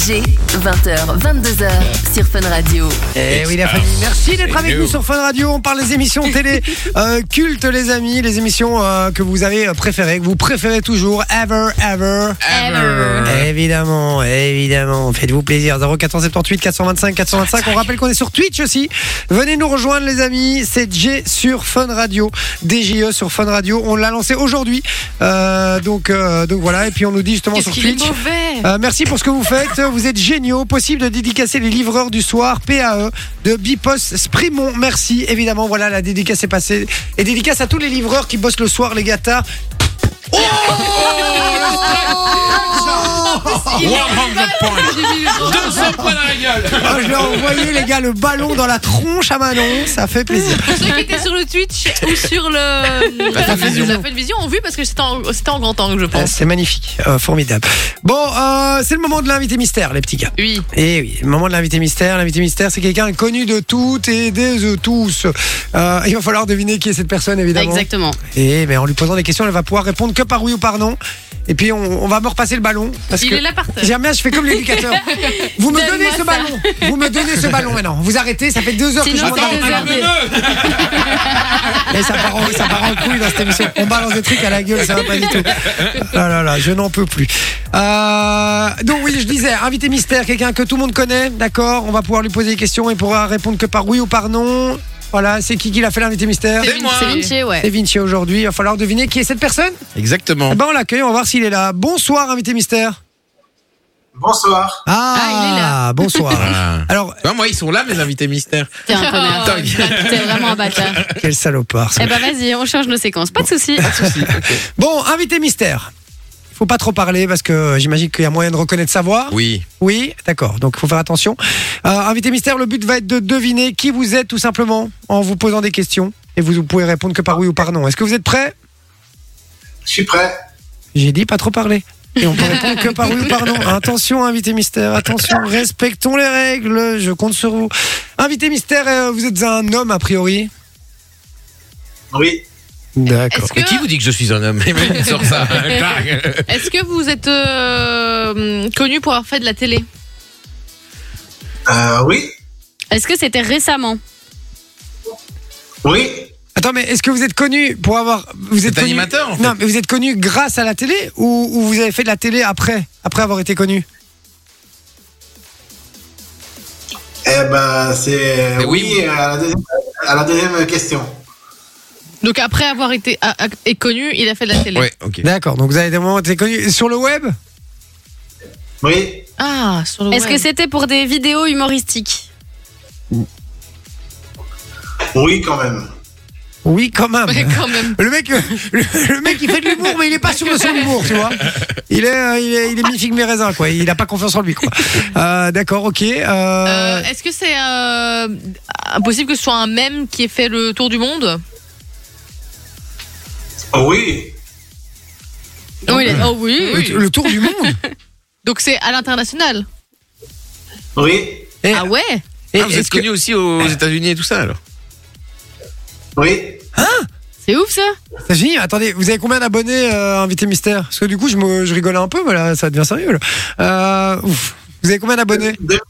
J, 20h, 22h sur Fun Radio. Eh oui, la famille. Merci d'être avec nous sur Fun Radio. On parle des émissions télé euh, cultes, les amis, les émissions euh, que vous avez euh, préférées, que vous préférez toujours, ever, ever. Ah, Évidemment, évidemment. Faites-vous plaisir. 0478 425 425. On rappelle qu'on est sur Twitch aussi. Venez nous rejoindre, les amis. C'est J sur Fun Radio. DJE sur Fun Radio. On l'a lancé aujourd'hui. Euh, donc, euh, donc voilà. Et puis on nous dit justement Qu'est-ce sur qu'il est Twitch. mauvais Euh, merci pour ce que vous faites. Vous êtes géniaux. Possible de dédicacer les livreurs du soir, PAE, de Bipos Sprimon. Merci. Évidemment, voilà, la dédicace est passée. Et dédicace à tous les livreurs qui bossent le soir, les gâtas. Il est 100 points. J'ai mis le point. 200 points dans la gueule. Ah, je l'ai envoyé, les gars, le ballon dans la tronche à Manon. Ça fait plaisir. Pour ceux qui étaient sur le Twitch ou sur le. La télévision. La télévision ont vu parce que c'était en, c'était en grand angle, je Euh, Ah, pense. C'est magnifique, Euh, formidable. Bon, euh, c'est le moment de l'invité mystère, les petits gars. Oui. Et oui, le moment de l'invité mystère. L'invité mystère, c'est quelqu'un connu de toutes et de tous. Euh, il va falloir deviner qui est cette personne, évidemment. Exactement. Et mais en lui posant des questions, elle va pouvoir répondre que par oui ou par non. Et puis on, on va me repasser le ballon parce Il que est là par terre. j'aime bien, je fais comme l'éducateur. Vous me Donne-moi donnez ce ça. ballon, vous me donnez ce ballon maintenant. Vous arrêtez, ça fait deux heures Sinon, que je c'est m'en deux heures de- et ça part, en, ça part en couille dans cette émission. On balance des trucs à la gueule, ça va pas du tout. Ah là là, je n'en peux plus. Euh, donc oui, je disais, invité mystère, quelqu'un que tout le monde connaît, d'accord On va pouvoir lui poser des questions et pourra répondre que par oui ou par non. Voilà, c'est qui qui l'a fait l'invité mystère C'est moi. C'est Vinci, C'est ouais. Vinci aujourd'hui. Il va falloir deviner qui est cette personne. Exactement. Eh ben on l'accueille, on va voir s'il est là. Bonsoir, invité mystère. Bonsoir. Ah, il est là. bonsoir. Ah. Alors, Tu vois, moi, ils sont là, mes invités mystères. T'es un Ah, connard. Putain, T'es vraiment un bâtard. quel salopard. ce Eh ben vas-y, on change nos séquences. Pas de souci. Eh. Bon, invité mystère. Il faut pas trop parler parce que j'imagine qu'il y a moyen de reconnaître sa voix. Oui. Oui, d'accord. Donc il faut faire attention. Euh, invité mystère, le but va être de deviner qui vous êtes tout simplement en vous posant des questions. Et vous, vous pouvez répondre que par oui ou par non. Est-ce que vous êtes prêts Je suis prêt. J'ai dit pas trop parler. Et on peut répondre que par oui ou par non. Attention, invité mystère, attention, respectons les règles, je compte sur vous. Invité mystère, euh, vous êtes un homme a priori Oui. D'accord. Est-ce Mais qui que, vous dit que je suis un homme Il sort ça. Clac. est-ce que vous êtes euh, hum, connu pour avoir fait de la télé Euh, oui. Est-ce que c'était récemment Oui. Attends, mais est-ce que vous êtes connu pour avoir. Vous êtes C'est connu- animateur, en fait. Non, mais vous êtes connu grâce à la télé ou, ou vous avez fait de la télé après, après avoir été connu Eh ben, c'est Mais oui. oui, à, la deuxième, à la deuxième question. Donc après avoir été a- a- et connu, il a fait de la télé. Ouais, ok. D'accord, donc vous avez des moments été connu. Sur le web Oui. Ah, sur le Est-ce web. que c'était pour des vidéos humoristiques Oui, quand même. Oui, quand même. Mais quand même. Le mec, euh, le, le mec, il fait de l'humour, mais il est pas sûr de son humour, tu vois. Il est, euh, il est, il est mi-figue, mi-raisin, quoi. Il a pas confiance en lui, quoi. Euh, D'accord, ok. euh, Euh, Est-ce que c'est euh, impossible que ce soit un mème qui ait fait le tour du monde Oh oui oh, il est- oh oui. le, le tour du monde. Donc c'est à l'international. Oui Et- Ah ouais et Ah, vous êtes est-ce que- connu aussi aux États-Unis et tout ça alors Oui C'est ouf ça Ça finit, attendez, vous avez combien d'abonnés, euh, invité mystère Parce que du coup, je, me, je rigolais un peu, mais là, ça devient sérieux. là. Euh, ouf. Vous avez combien d'abonnés 2 millions,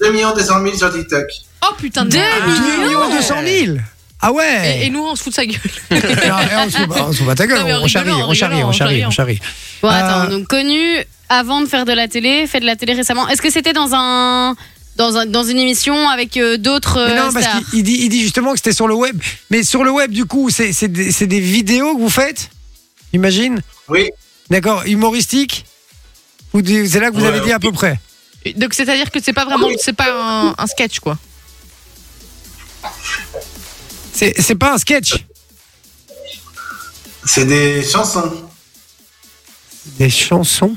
2 millions 200 000 sur TikTok. Oh putain, de 2 200 000 Ah ouais et, et nous on se fout de sa gueule. Non, mais on se fout pas- on se fout pas de ta gueule, Non, mais en on charrie, rigolant, on charrie, en on charrie, rigolant. on charrie. Bon, Euh, attends, donc connu avant de faire de la télé, fait de la télé récemment. Est-ce que c'était dans un, dans un dans une émission avec euh, d'autres Mais euh, non, parce stars qu'il il dit, il dit justement que c'était sur le web. Mais sur le web, du coup, c'est c'est des, c'est des vidéos que vous faites Imagine Oui D'accord, humoristique Ou des- C'est là que vous Ouais, avez dit à peu près Donc c'est à dire que c'est pas vraiment, c'est pas un, un sketch quoi. C'est c'est pas un sketch C'est des chansons. Des chansons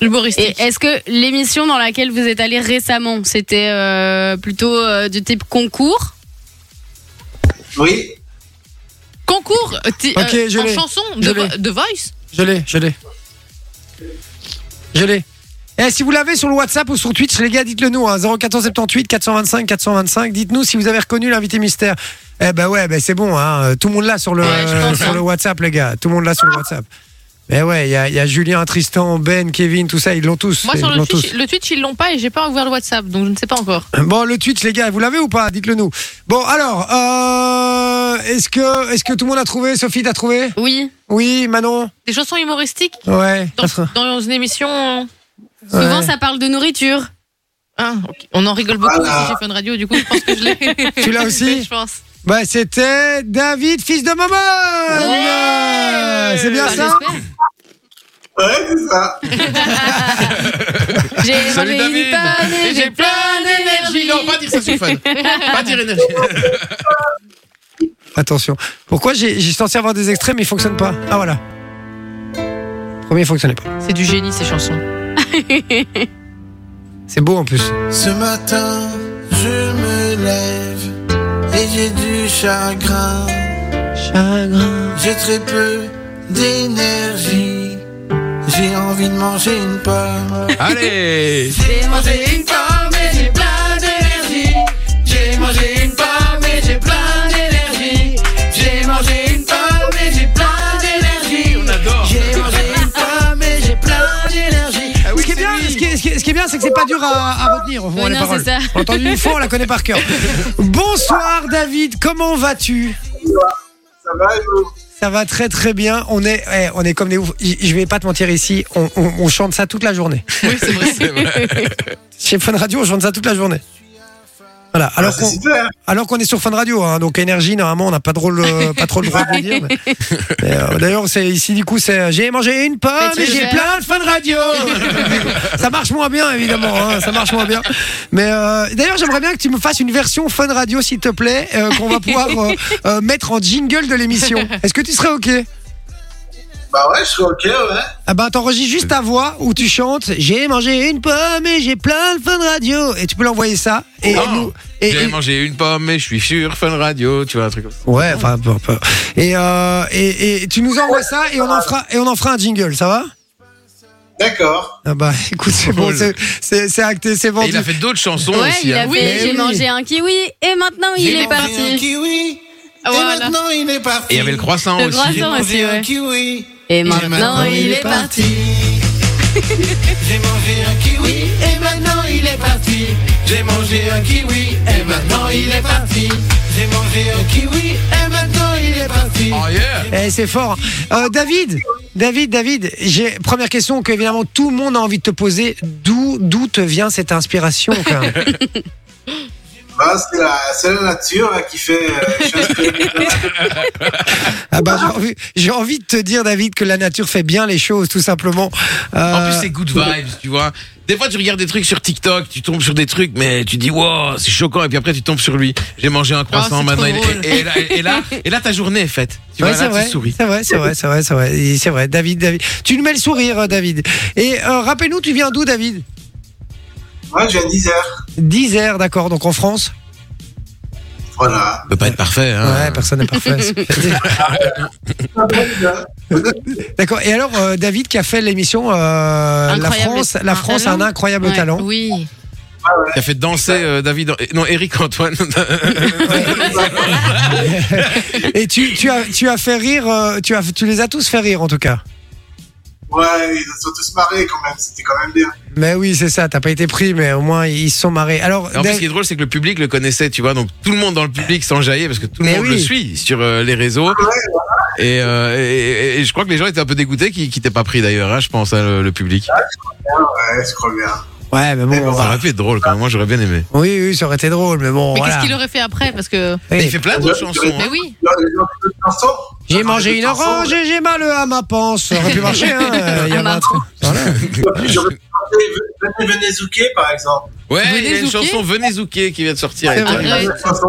Humoristique. Et est-ce que l'émission dans laquelle vous êtes allé récemment, c'était euh, plutôt euh, du type concours Oui Concours euh, t'es- Ok, euh, je en l'ai. chanson Je de, vo- l'ai. de Voice Je l'ai, je l'ai. Je l'ai. Eh, si vous l'avez sur le WhatsApp ou sur Twitch, les gars, dites-le nous. Hein, 0478 425 425. Dites-nous si vous avez reconnu l'invité mystère. Eh ben ouais, ben c'est bon. Hein, euh, tout le monde là sur le, Ouais, je pense, sur le hein. WhatsApp, les gars. Tout le monde là sur le WhatsApp. Mais ouais, il y a, il y a Julien, Tristan, Ben, Kevin, tout ça, ils l'ont tous. Moi ils sur le l'ont Twitch, le Twitch ils l'ont pas et j'ai pas ouvert le WhatsApp donc je ne sais pas encore. tous. Bon, le Twitch, les gars, vous l'avez ou pas Dites-le nous. Bon, alors, euh, est-ce que, est-ce que tout le monde a trouvé Sophie, t'as trouvé Oui. Oui, Manon Des chansons humoristiques Ouais. dans, dans une émission. euh, Souvent, Ouais. ça parle de nourriture. Ah, ok. On en rigole beaucoup Voilà. aussi chez Fun Radio du coup je pense que je l'ai. Tu l'as aussi Je pense. Bah, c'était David, fils de maman Ah, C'est bien Enfin, ça j'espère. Ouais, c'est ça J'ai Salut mangé David une panne et Et J'ai plein d'énergie Non, pas dire ça sur fun Pas dire énergie Attention. Pourquoi j'ai j'ai censé avoir des extraits, mais ils fonctionnent pas Ah, voilà. Premier, il fonctionnait pas. C'est du génie ces chansons. C'est beau en plus. Ce matin, je me lève et j'ai du chagrin. J'ai très peu d'énergie. J'ai envie de manger une pomme. Allez J'ai mangé une pomme et j'ai plein d'énergie. J'ai mangé une pomme et j'ai plein d'énergie. J'ai mangé une pomme et j'ai plein d'énergie. On adore. J'ai mangé une pomme et j'ai plein d'énergie. Ah Ah ce, qui est bien, ce, qui est, ce qui est- ce qui est bien, c'est que c'est pas dur à, à retenir. au fond, Ouais, les non, paroles. c'est ça. On l'a entendu une fois, on la connaît par cœur. Bonsoir David, comment vas-tu Ça va, et vous ça va très très bien. On est, eh, on est comme des ouf. Je je vais pas te mentir ici. On, on- on chante ça toute la journée. Oui c'est vrai. Chez Fun Radio, on chante ça toute la journée. Voilà. Ah, Alors C'est qu'on super Alors qu'on est sur Fun Radio, hein, donc énergie, normalement, on n'a pas, trop le- pas trop le droit de le dire. mais- mais, euh, D'ailleurs, c'est ici, du coup, c'est euh, J'ai mangé une pomme Faites et le j'ai geste. plein de Fun Radio Ça marche moins bien, évidemment, hein, ça marche moins bien. Mais euh, d'ailleurs, j'aimerais bien que tu me fasses une version Fun Radio, s'il te plaît, euh, qu'on va pouvoir euh, euh, mettre en jingle de l'émission. Est-ce que tu serais OK Bah ouais, je suis ok, ouais. ah bah t'enregistres juste ta voix où tu chantes J'ai mangé une pomme et j'ai plein de fun radio et tu peux l'envoyer ça et, et Oh. nous et- J'ai et- mangé une pomme et je suis sur Fun Radio, tu vois, un truc comme ça. Ouais, enfin, peu, peu. Et, euh, et, et tu nous envoies ça et on en fera, et on en fera un jingle, ça va D'accord. ah Bah écoute, c'est bon, Cool. c'est- c'est c'est acté, c'est Et vendu. il a fait d'autres chansons Ouais, aussi. il a hein. fait, Mais j'ai Eh oui. mangé un kiwi et maintenant il J'ai est mangé un parti. kiwi. Ah, Voilà. Et maintenant il est parti. Et il y avait le croissant Le aussi. J'ai croissant. mangé aussi, un ouais. kiwi. Et Et maintenant il est parti. parti. J'ai mangé un kiwi et maintenant il est parti. J'ai mangé un kiwi et maintenant il est parti. J'ai mangé un kiwi et maintenant il est parti. Oh yeah Eh, c'est fort. Euh, David, David, David, j'ai première question que évidemment tout le monde a envie de te poser. D'où, d'où te vient cette inspiration quand même Bah, c'est la, c'est la nature hein, qui fait. euh, je suis inspiré par la nature. Ah bah, j'ai envie, j'ai envie de te dire David que la nature fait bien les choses tout simplement. En Euh, plus, c'est good vibes, tu vois. Des fois, tu regardes des trucs sur TikTok, tu tombes sur des trucs, mais tu dis, wow, c'est choquant. Et puis après, tu tombes sur lui. J'ai mangé un c'est Oh, croissant, trop maintenant, il- drôle. et, et là, et là, et là, ta journée est faite. Tu Ouais, vois, c'est là, vrai, tu souris. c'est vrai, c'est vrai, c'est vrai, c'est vrai, Et c'est vrai. David, David, tu nous mets le sourire, euh, David. Et euh, rappelle-nous, tu viens d'où, David Moi, je viens d'Isère. D'Isère, d'accord. Donc en France. Voilà. Ça peut pas être parfait, hein. Ouais, personne n'est parfait. d'accord. Et alors, euh, David qui a fait l'émission euh, La Incroyable France, la France a un talent. incroyable Ouais, talent. Oui. T'as fait danser euh, David, non, Eric Antoine. Et tu, tu as, tu as fait rire. euh, tu as, tu les as tous fait rire en tout cas. Ouais, ils se sont tous marrés quand même. C'était quand même bien. Mais oui, c'est ça. T'as pas été pris, mais au moins ils se sont marrés. Alors, Et en plus, Dav- ce qui est drôle, c'est que le public le connaissait, tu vois. Donc, tout le monde dans le public s'enjaillait parce que tout le Mais monde oui. le suit sur euh, les réseaux. Et, euh, et- et- et je crois que les gens étaient un peu dégoûtés qu'ils qu'ils t'aient pas pris d'ailleurs, hein, je pense, hein, le, le public. Ouais, je crois bien. ouais, mais bon. Ça aurait pu être drôle quand même. Moi, j'aurais bien aimé. Oui, oui, ça aurait été drôle, mais bon. Mais voilà. qu'est-ce qu'il aurait fait après Parce que. Et Oui. il fait plein d'autres chansons. Mais hein. oui. Là, les gens qui jouent le chanson, J'ai ils jouent mangé le une chanson. orange et j'ai mal euh, à ma panse. Ça aurait pu marcher, hein. euh, il y À avait ma un truc. Voilà. J'aurais pu chanter Venez, venez Zouké, par exemple. Ouais, il y a une Venez Zouké chanson Venez Zouké qui vient de sortir. C'est Et Ah, vrai. Arrête. Une chanson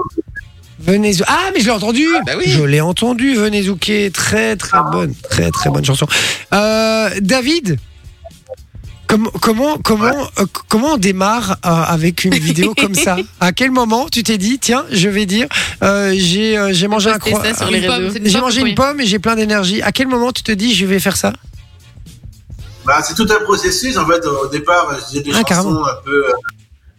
Venez zou- Ah, mais je l'ai entendu. bah oui. Je l'ai entendu. Venez Zouké. Très, très bonne. Très, très bonne chanson. Euh, David. com- Comment, comment, euh, comment on démarre euh, avec une vidéo comme ça À quel moment tu t'es dit, tiens, je vais dire, euh, j'ai euh, j'ai mangé un Poster croix- ça sur les Une pomme, réseaux. c'est j'ai pomme, mangé oui. une pomme et j'ai plein d'énergie. À quel moment tu te dis, je vais faire ça Bah, c'est tout un processus. En fait, au départ, je faisais des Ah, chansons carrément. un peu euh,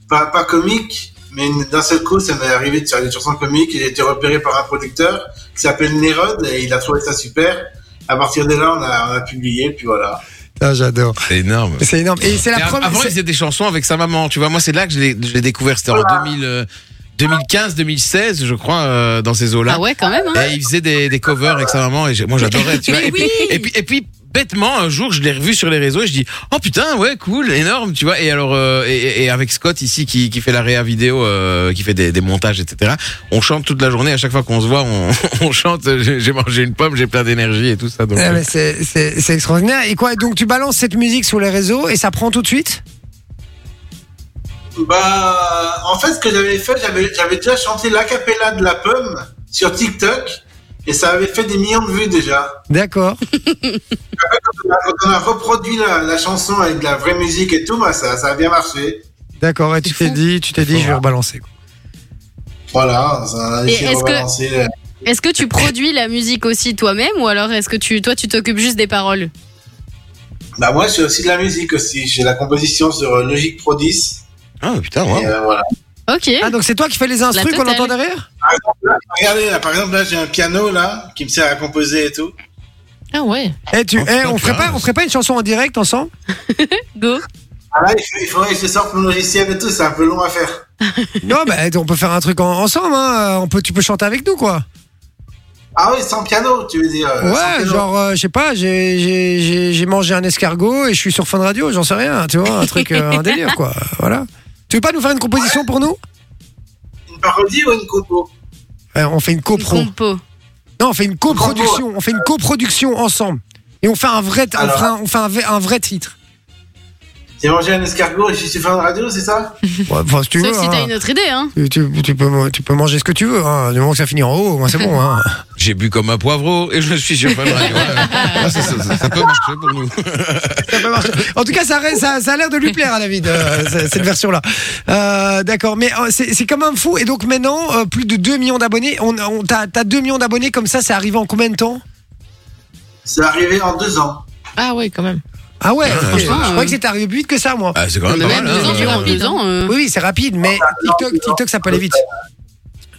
pas, pas comiques, mais une- d'un seul coup, ça m'est arrivé de faire des chansons comiques. et J'ai été repéré par un producteur qui s'appelle Nérod et il a trouvé ça super. À partir de là, on a, on a publié, puis voilà. Ah, j'adore. C'est énorme. C'est énorme. Et c'est la Mais av- première. Avant, il faisait des chansons avec sa maman. Tu vois, moi, c'est là que je l'ai je l'ai découvert. C'était en 2000, euh, 2015, 2016, je crois, euh, dans ces eaux-là. Ah ouais, quand même. Hein. Et Eh, il faisait des, des covers avec sa maman et j'ai- moi j'adorais, tu vois. Mais et, puis, et puis et puis bêtement un jour je l'ai revu sur les réseaux et je dis oh putain ouais cool énorme tu vois et alors euh, et, et avec Scott ici qui, qui fait la réa vidéo euh, qui fait des, des montages etc on chante toute la journée à chaque fois qu'on se voit on, on chante euh, j'ai j'ai mangé une pomme j'ai plein d'énergie et tout ça donc Ah, euh, mais c'est- C'est c'est extraordinaire. Et quoi Donc tu balances cette musique sur les réseaux et ça prend tout de suite Bah, en fait, ce que j'avais fait, j'avais, j'avais déjà chanté l'acapella de la pomme sur TikTok et ça avait fait des millions de vues déjà. D'accord. Quand on a reproduit la, la chanson avec de la vraie musique et tout, bah, ça, ça a bien marché. D'accord. Et tu t'es dit, tu t'es dit, je vais rebalancer. quoi. Voilà, ça a Et essayé de est-ce que- rebalancer. euh, Est-ce que tu produis la musique aussi toi-même ou alors est-ce que tu, toi, tu t'occupes juste des paroles Bah moi, je fais aussi de la musique aussi. J'ai la composition sur euh, Logic Pro 10. ah putain ouais. Et, euh, voilà. Ok. Ah donc c'est toi qui fais les instrus qu'on totale. entend derrière Regardez, là, par exemple, là, j'ai un piano là qui me sert à composer et tout. Ah ouais. Eh tu, Oh, eh, putain, on ferait pas, classe. on ferait pas une chanson en direct ensemble Go. Ah, là, il faut- il faudrait que je sorte mon logiciel et tout. C'est un peu long à faire. Non, bah on peut faire un truc en- ensemble. Hein. On peut, tu peux chanter avec nous quoi. Ah oui, sans piano, tu veux dire euh, sans Ouais, piano. genre euh, je sais pas, j'ai- j'ai j'ai- j'ai mangé un escargot et je suis sur Fun Radio, j'en sais rien. Tu vois, un truc, euh, un délire quoi. Voilà. Tu veux pas nous faire une composition pour nous Une parodie ou une compo Eh, On fait une Une copro. compo. Non, on fait une coproduction. On fait une coproduction ensemble. Et on fait un vrai, on Alors. fait un, on fait un vrai- un vrai titre. J'ai mangé un escargot et je suis sur une radio, c'est ça Ouais, Enfin, si tu veux. Sauf si hein. t'as une autre idée, hein. Tu, tu- tu peux, tu peux manger ce que tu veux, hein. du moment que ça finit en haut, moi c'est bon. Hein. j'ai bu comme un poivreau et je suis sur Fun Radio. Ouais. Ah, ça, ça- ça- ça peut marcher pour nous Ça peut marcher. En tout cas, ça, reste- ça, ça a l'air de lui plaire à David, euh, c- cette version-là. Euh, D'accord, mais euh, c'est c'est quand même fou. Et donc maintenant, euh, plus de 2 millions d'abonnés. On, on, T'as t'as 2 millions d'abonnés comme ça, c'est arrivé en combien de temps C'est arrivé en deux ans. Ah ouais, quand même. Ah ouais, ouais. franchement, je Ah, croyais ouais. que c'était arrivé plus vite que ça, moi. ah, c'est quand même Mais pas même mal deux hein. ans, tu vois, deux ans. euh, Oui, oui, c'est rapide, mais TikTok, TikTok, ça peut aller vite.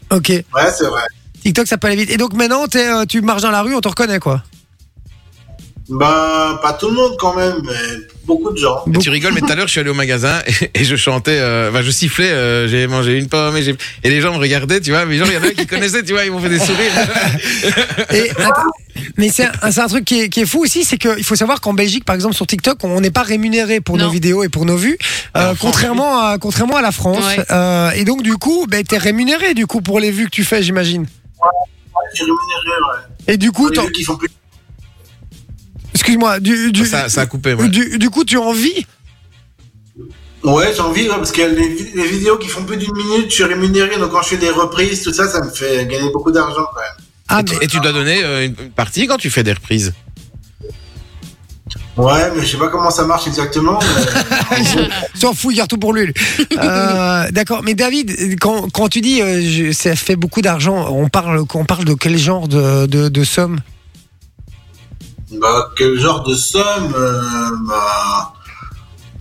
Ok. Ouais, c'est vrai. TikTok, ça peut aller vite. Et donc maintenant, t'es, euh, tu marches dans la rue, on te reconnaît, quoi. Bah, pas tout le monde quand même, mais beaucoup de gens. Et tu rigoles, mais tout à l'heure, je suis allé au magasin et, et je chantais, euh, enfin, je sifflais, euh, j'ai mangé une pomme et, j'ai- et les gens me regardaient, tu vois, mais genre, il y en a qui connaissaient, tu vois, ils m'ont fait des sourires. Et, attends, mais c'est un, c'est un truc qui est, qui est fou aussi, c'est qu'il faut savoir qu'en Belgique, par exemple, sur TikTok, on n'est pas rémunéré pour nos Non. vidéos et pour nos vues, euh, en France, contrairement, à, contrairement à la France. Ouais. Euh, et donc, du coup, ben, t'es rémunéré du coup pour les vues que tu fais, j'imagine. Je suis rémunéré, ouais. Et du coup, Pour les t'en- gens qui font plus. excuse-moi, du, du, ça, ça a coupé, ouais. du, du coup, tu en vis Ouais, j'ai envie, ouais, parce que les, vi- les vidéos qui font plus d'une minute, je suis rémunéré, donc quand je fais des reprises, tout ça, ça me fait gagner beaucoup d'argent quand même. Ah, et, tu, et tu dois donner euh, une une partie quand tu fais des reprises. Ouais, mais je sais pas comment ça marche exactement. mais- S'en fout, il garde tout pour lui. lui. Euh, D'accord, mais David, quand, quand tu dis euh, je- ça fait beaucoup d'argent, on parle, on parle de quel genre de, de, de somme bah, quel genre de somme euh, bah,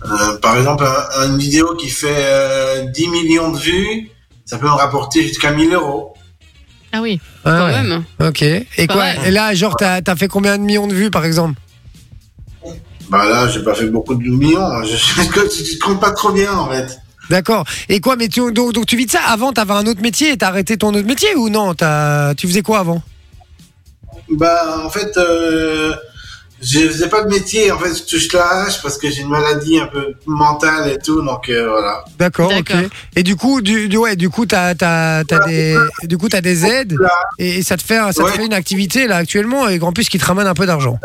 euh, Par exemple, un- une vidéo qui fait euh, 10 millions de vues, ça peut me rapporter jusqu'à 1000 euros. Ah oui, Ah quand ouais, même. Ok. Et Pas quoi mal. Et là, genre, t'as as fait combien de millions de vues, par exemple Bah là, j'ai pas fait beaucoup de millions. hein. Je, je, je- je compte pas trop bien en fait. D'accord. Et quoi Mais tu, donc, donc tu vis de ça Avant, t'avais un autre métier et t'as arrêté ton autre métier ou non T'as- Tu faisais quoi avant Bah en fait, euh, je faisais pas de métier. En fait, je touche la hache parce que j'ai une maladie un peu mentale et tout. Donc euh, voilà. D'accord. ok. D'accord. Et du coup, du, du- ouais, du coup, t'as as, des, du coup, t'as des aides et, et ça te fait, ça Ouais. te fait une activité là actuellement et en plus qui te ramène un peu d'argent.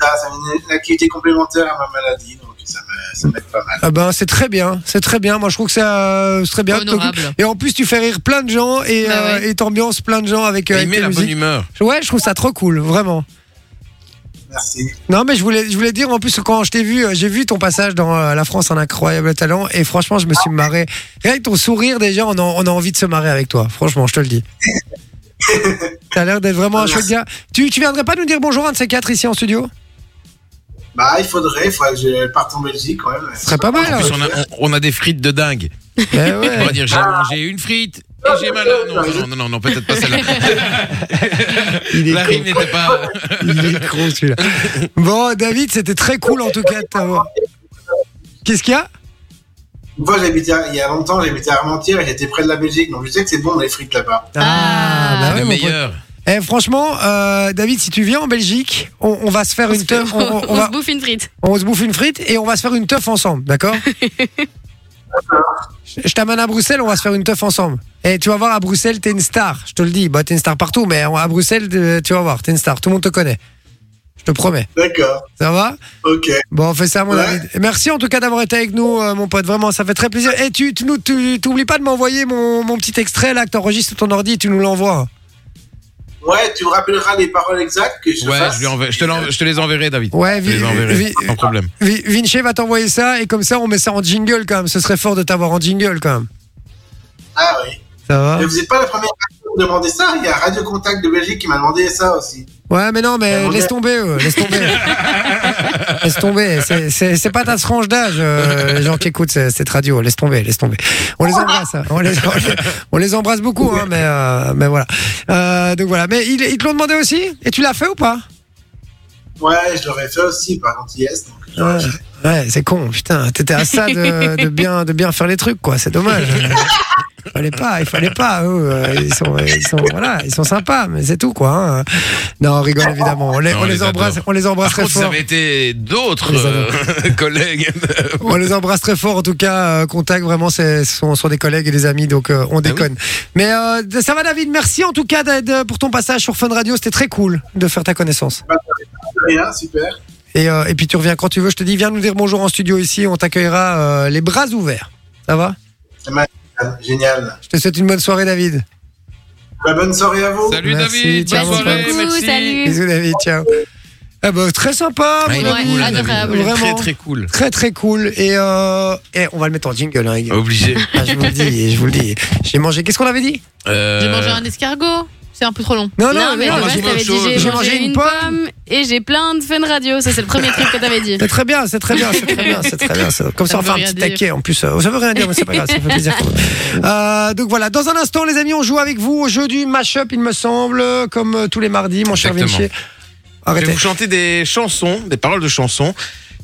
Ça, ça une, une activité complémentaire à ma maladie, donc ça me- ça m'aide pas mal. Ah ben, c'est très bien, c'est très bien. Moi, je trouve que c'est euh, c'est très bien. Honorable. Et en plus, tu fais rire plein de gens et Bah euh, ouais. et t'ambiances plein de gens avec, euh, il avec met tes la bonne musiques. humeur. Ouais, je trouve ça trop cool, vraiment. Merci. Non, mais je voulais, je voulais dire, en plus, quand je t'ai vu, euh, j'ai vu ton passage dans euh, La France, un incroyable talent. Et franchement, je me suis marré. Rien que ton sourire, déjà, on a, on a envie de se marrer avec toi. Franchement, je te le dis. T'as l'air d'être vraiment un chouette gars. Tu, tu viendrais pas nous dire bonjour à un de ces quatre ici en studio Bah il faudrait, il faudrait que je parte en Belgique quand même. Ce serait pas mal. hein. En plus, on a, on- on a des frites de dingue. Eh ouais. On va dire, j'ai mangé une frite et j'ai mal. à- Non, non, non, non, non, peut-être pas celle-là. Il est La con. rime n'était pas. Il est gros celui-là. Bon, David, c'était très cool en tout cas de t'avoir. Qu'est-ce qu'il y a Une fois, j'habitais, à- il y a longtemps, j'habitais à Armentières et j'étais près de la Belgique, donc je sais que c'est bon les frites là-bas. Ah, bah ouais, le mon pote. meilleur. Eh, franchement, euh, David, si tu viens en Belgique, on, on va se faire une teuf. On, On, on on va- se bouffe une frite. on se bouffe une frite et on va se faire une teuf ensemble, d'accord Je je t'amène à Bruxelles, on va se faire une teuf ensemble. Et tu vas voir, à Bruxelles, t'es une star. Je te le dis, bah, t'es une star partout, mais à Bruxelles, euh, tu vas voir, t'es une star. Tout le monde te connaît. Je te promets. D'accord, Ça va ok. Bon, on fait ça, mon Ouais. David. Et Merci en tout cas d'avoir été avec nous, euh, mon pote. Vraiment, ça fait très plaisir. Et tu, tu nous, tu, t'oublies pas de m'envoyer mon, mon petit extrait là que t'enregistres sur ton ordi et tu nous l'envoies. Ouais, tu me rappelleras les paroles exactes que je Ouais, fasse. je, lui enver- je te l'en- je te les enverrai, David. Ouais, Je te vi- les enverrai, vi- sans problème. Vi- Vinci va t'envoyer ça et comme ça, on met ça en jingle quand même. Ce serait fort de t'avoir en jingle quand même. Ah oui. Ça va Mais vous n'êtes pas la première radio à me demander ça. Il y a Radio Contact de Belgique qui m'a demandé ça aussi. Ouais, mais non, mais Bah, Ouais, laisse ouais. tomber, eux, laisse tomber. laisse tomber. C'est- C'est c'est pas ta tranche d'âge, euh, les gens qui écoutent ce- cette radio. Laisse tomber, laisse tomber. On les embrasse. hein. On les, on les- on les embrasse beaucoup, hein, mais, euh, mais voilà. Euh, donc voilà. Mais ils, ils te l'ont demandé aussi Et tu l'as fait ou pas Ouais, je l'aurais fait aussi par gentillesse. Donc je Ouais, l'aurais fait. ouais c'est con. Putain, t'étais à ça de, de bien, de bien faire les trucs, quoi. C'est dommage. Il fallait pas, il fallait pas. eux, euh, Ils sont, ils sont, voilà, ils sont sympas, mais c'est tout, quoi. hein. Non, on rigole évidemment. On les, Non, on on les les embrasse, adore. on les embrasse Par très contre, ça fort. avait été d'autres Les amis. euh, collègues. On les embrasse très fort en tout cas. euh, contact vraiment, c'est- ce sont, ce sont des collègues et des amis, donc euh, Ah on déconne. Mais euh, ça va David, merci en tout cas d'aide pour ton passage sur Fun Radio, c'était très cool de faire ta connaissance. Rien, super. Et, euh, et puis tu reviens quand tu veux, je te dis viens nous dire bonjour en studio ici, on t'accueillera euh, les bras ouverts. Ça va Génial. Je te souhaite une bonne soirée David. Bah, bonne soirée à vous. Salut Merci, David, bonne ciao, Merci soirée, beaucoup, merci. salut. Bisous David, ciao. Ah bah, très sympa, Ah, mon il est ami. cool, David. adorable. Très Vraiment. très cool. Très très cool. Et, euh, eh, on va le mettre en jingle, hein, les gars. Obligé. Ah, je vous le dis, je vous le dis. J'ai mangé, qu'est-ce qu'on avait dit Euh, j'ai mangé un escargot. C'est un peu trop long. Non, mais non, le j'ai reste, mangé t'avais autre dit chose. j'ai mangé une pomme. pomme et j'ai plein de fun radio. Ça, c'est le premier truc que t'avais dit. C'est très bien, c'est très bien, c'est très bien, c'est très bien. ça. Comme ça, Ça on veut fait un rien petit dire. taquet en plus. euh, Ça veut rien dire, mais c'est pas grave, ça fait plaisir. quand même. Euh, donc voilà, dans un instant, les amis, on joue avec vous au jeu du mashup, il me semble, comme euh, tous les mardis, mon cher Exactement. Vinci. Je vais Arrêtez. vous chanter des chansons, des paroles de chansons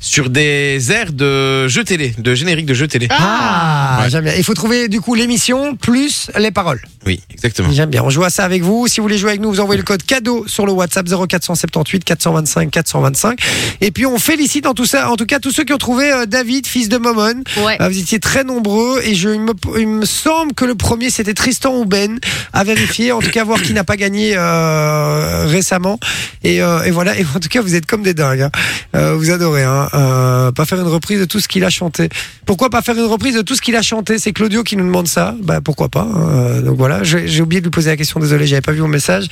sur des airs de jeux télé, de génériques de jeux télé. Ah, Ouais. j'aime bien. Il faut trouver du coup l'émission plus les paroles. Oui, exactement. J'aime bien. On joue à ça avec vous. Si vous voulez jouer avec nous, vous envoyez le code cadeau sur le WhatsApp 0478 425 425. Et puis on félicite en tout ça, en tout cas tous ceux qui ont trouvé euh, David, fils de Momon. Ouais. Euh, Vous étiez très nombreux et je, il, me, il me semble que le premier c'était Tristan ou Ben à vérifier, en tout cas voir qui n'a pas gagné euh, récemment. Et, euh, et voilà, et en tout cas vous êtes comme des dingues. hein. Euh, vous adorez. Hein. euh, pas faire une reprise de tout ce qu'il a chanté. Pourquoi pas faire une reprise de tout ce qu'il a chanté C'est Claudio qui nous demande ça. Bah pourquoi pas hein. Euh, Donc voilà, j'ai j'ai oublié de lui poser la question. Désolé, j'avais pas vu mon message.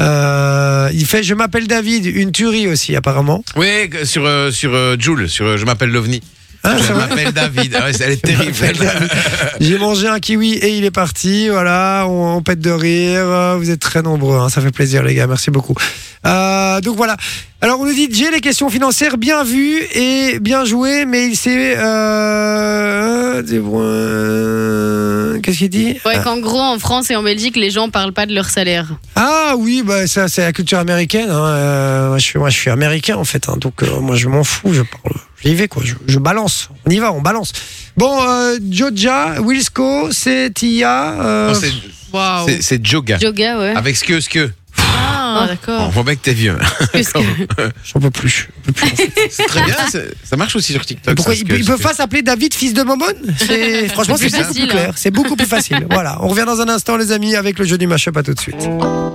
Euh, il fait Je m'appelle David, une tuerie aussi apparemment. Oui, que- sur, euh, sur euh, Jules, sur euh, Je m'appelle l'OVNI. Hein, je c'est vrai m'appelle David. Ah ouais, elle est terrible. m'appelle David. J'ai mangé un kiwi et il est parti. Voilà, on, on pète de rire. Euh, Vous êtes très nombreux, hein. ça fait plaisir les gars. Merci beaucoup. Euh, donc voilà. Alors on nous dit j'ai les questions financières bien vues et bien jouées, mais il s'est euh, des- euh, qu'est-ce qu'il dit Ouais, qu'en gros, en France et en Belgique, les gens parlent pas de leur salaire. Ah oui, bah ça c'est la culture américaine. hein. Euh, moi, je suis, moi je suis américain en fait, hein. donc euh, moi je m'en fous, je parle, j'y vais quoi, je, je balance, on y va, on balance. Bon, euh, Joja, Wilsco, c'est Tia. euh, Non, c'est- Waouh. c'est- C'est Joga. Yoga, ouais. Avec ce que, ce que. Ah, On d'accord. voit bien que t'es vieux. Parce que- J'en peux plus. j'en peux plus, en fait. C'est très bien. c'est- Ça marche aussi sur TikTok. Pourquoi ça, il, ce que- il ce peut que- pas s'appeler David, fils de Momone C'est- Franchement, C'est c'est plus beaucoup plus facile, clair. C'est beaucoup plus facile. Voilà, on revient dans un instant, les amis, avec le jeu du mashup. À tout de suite.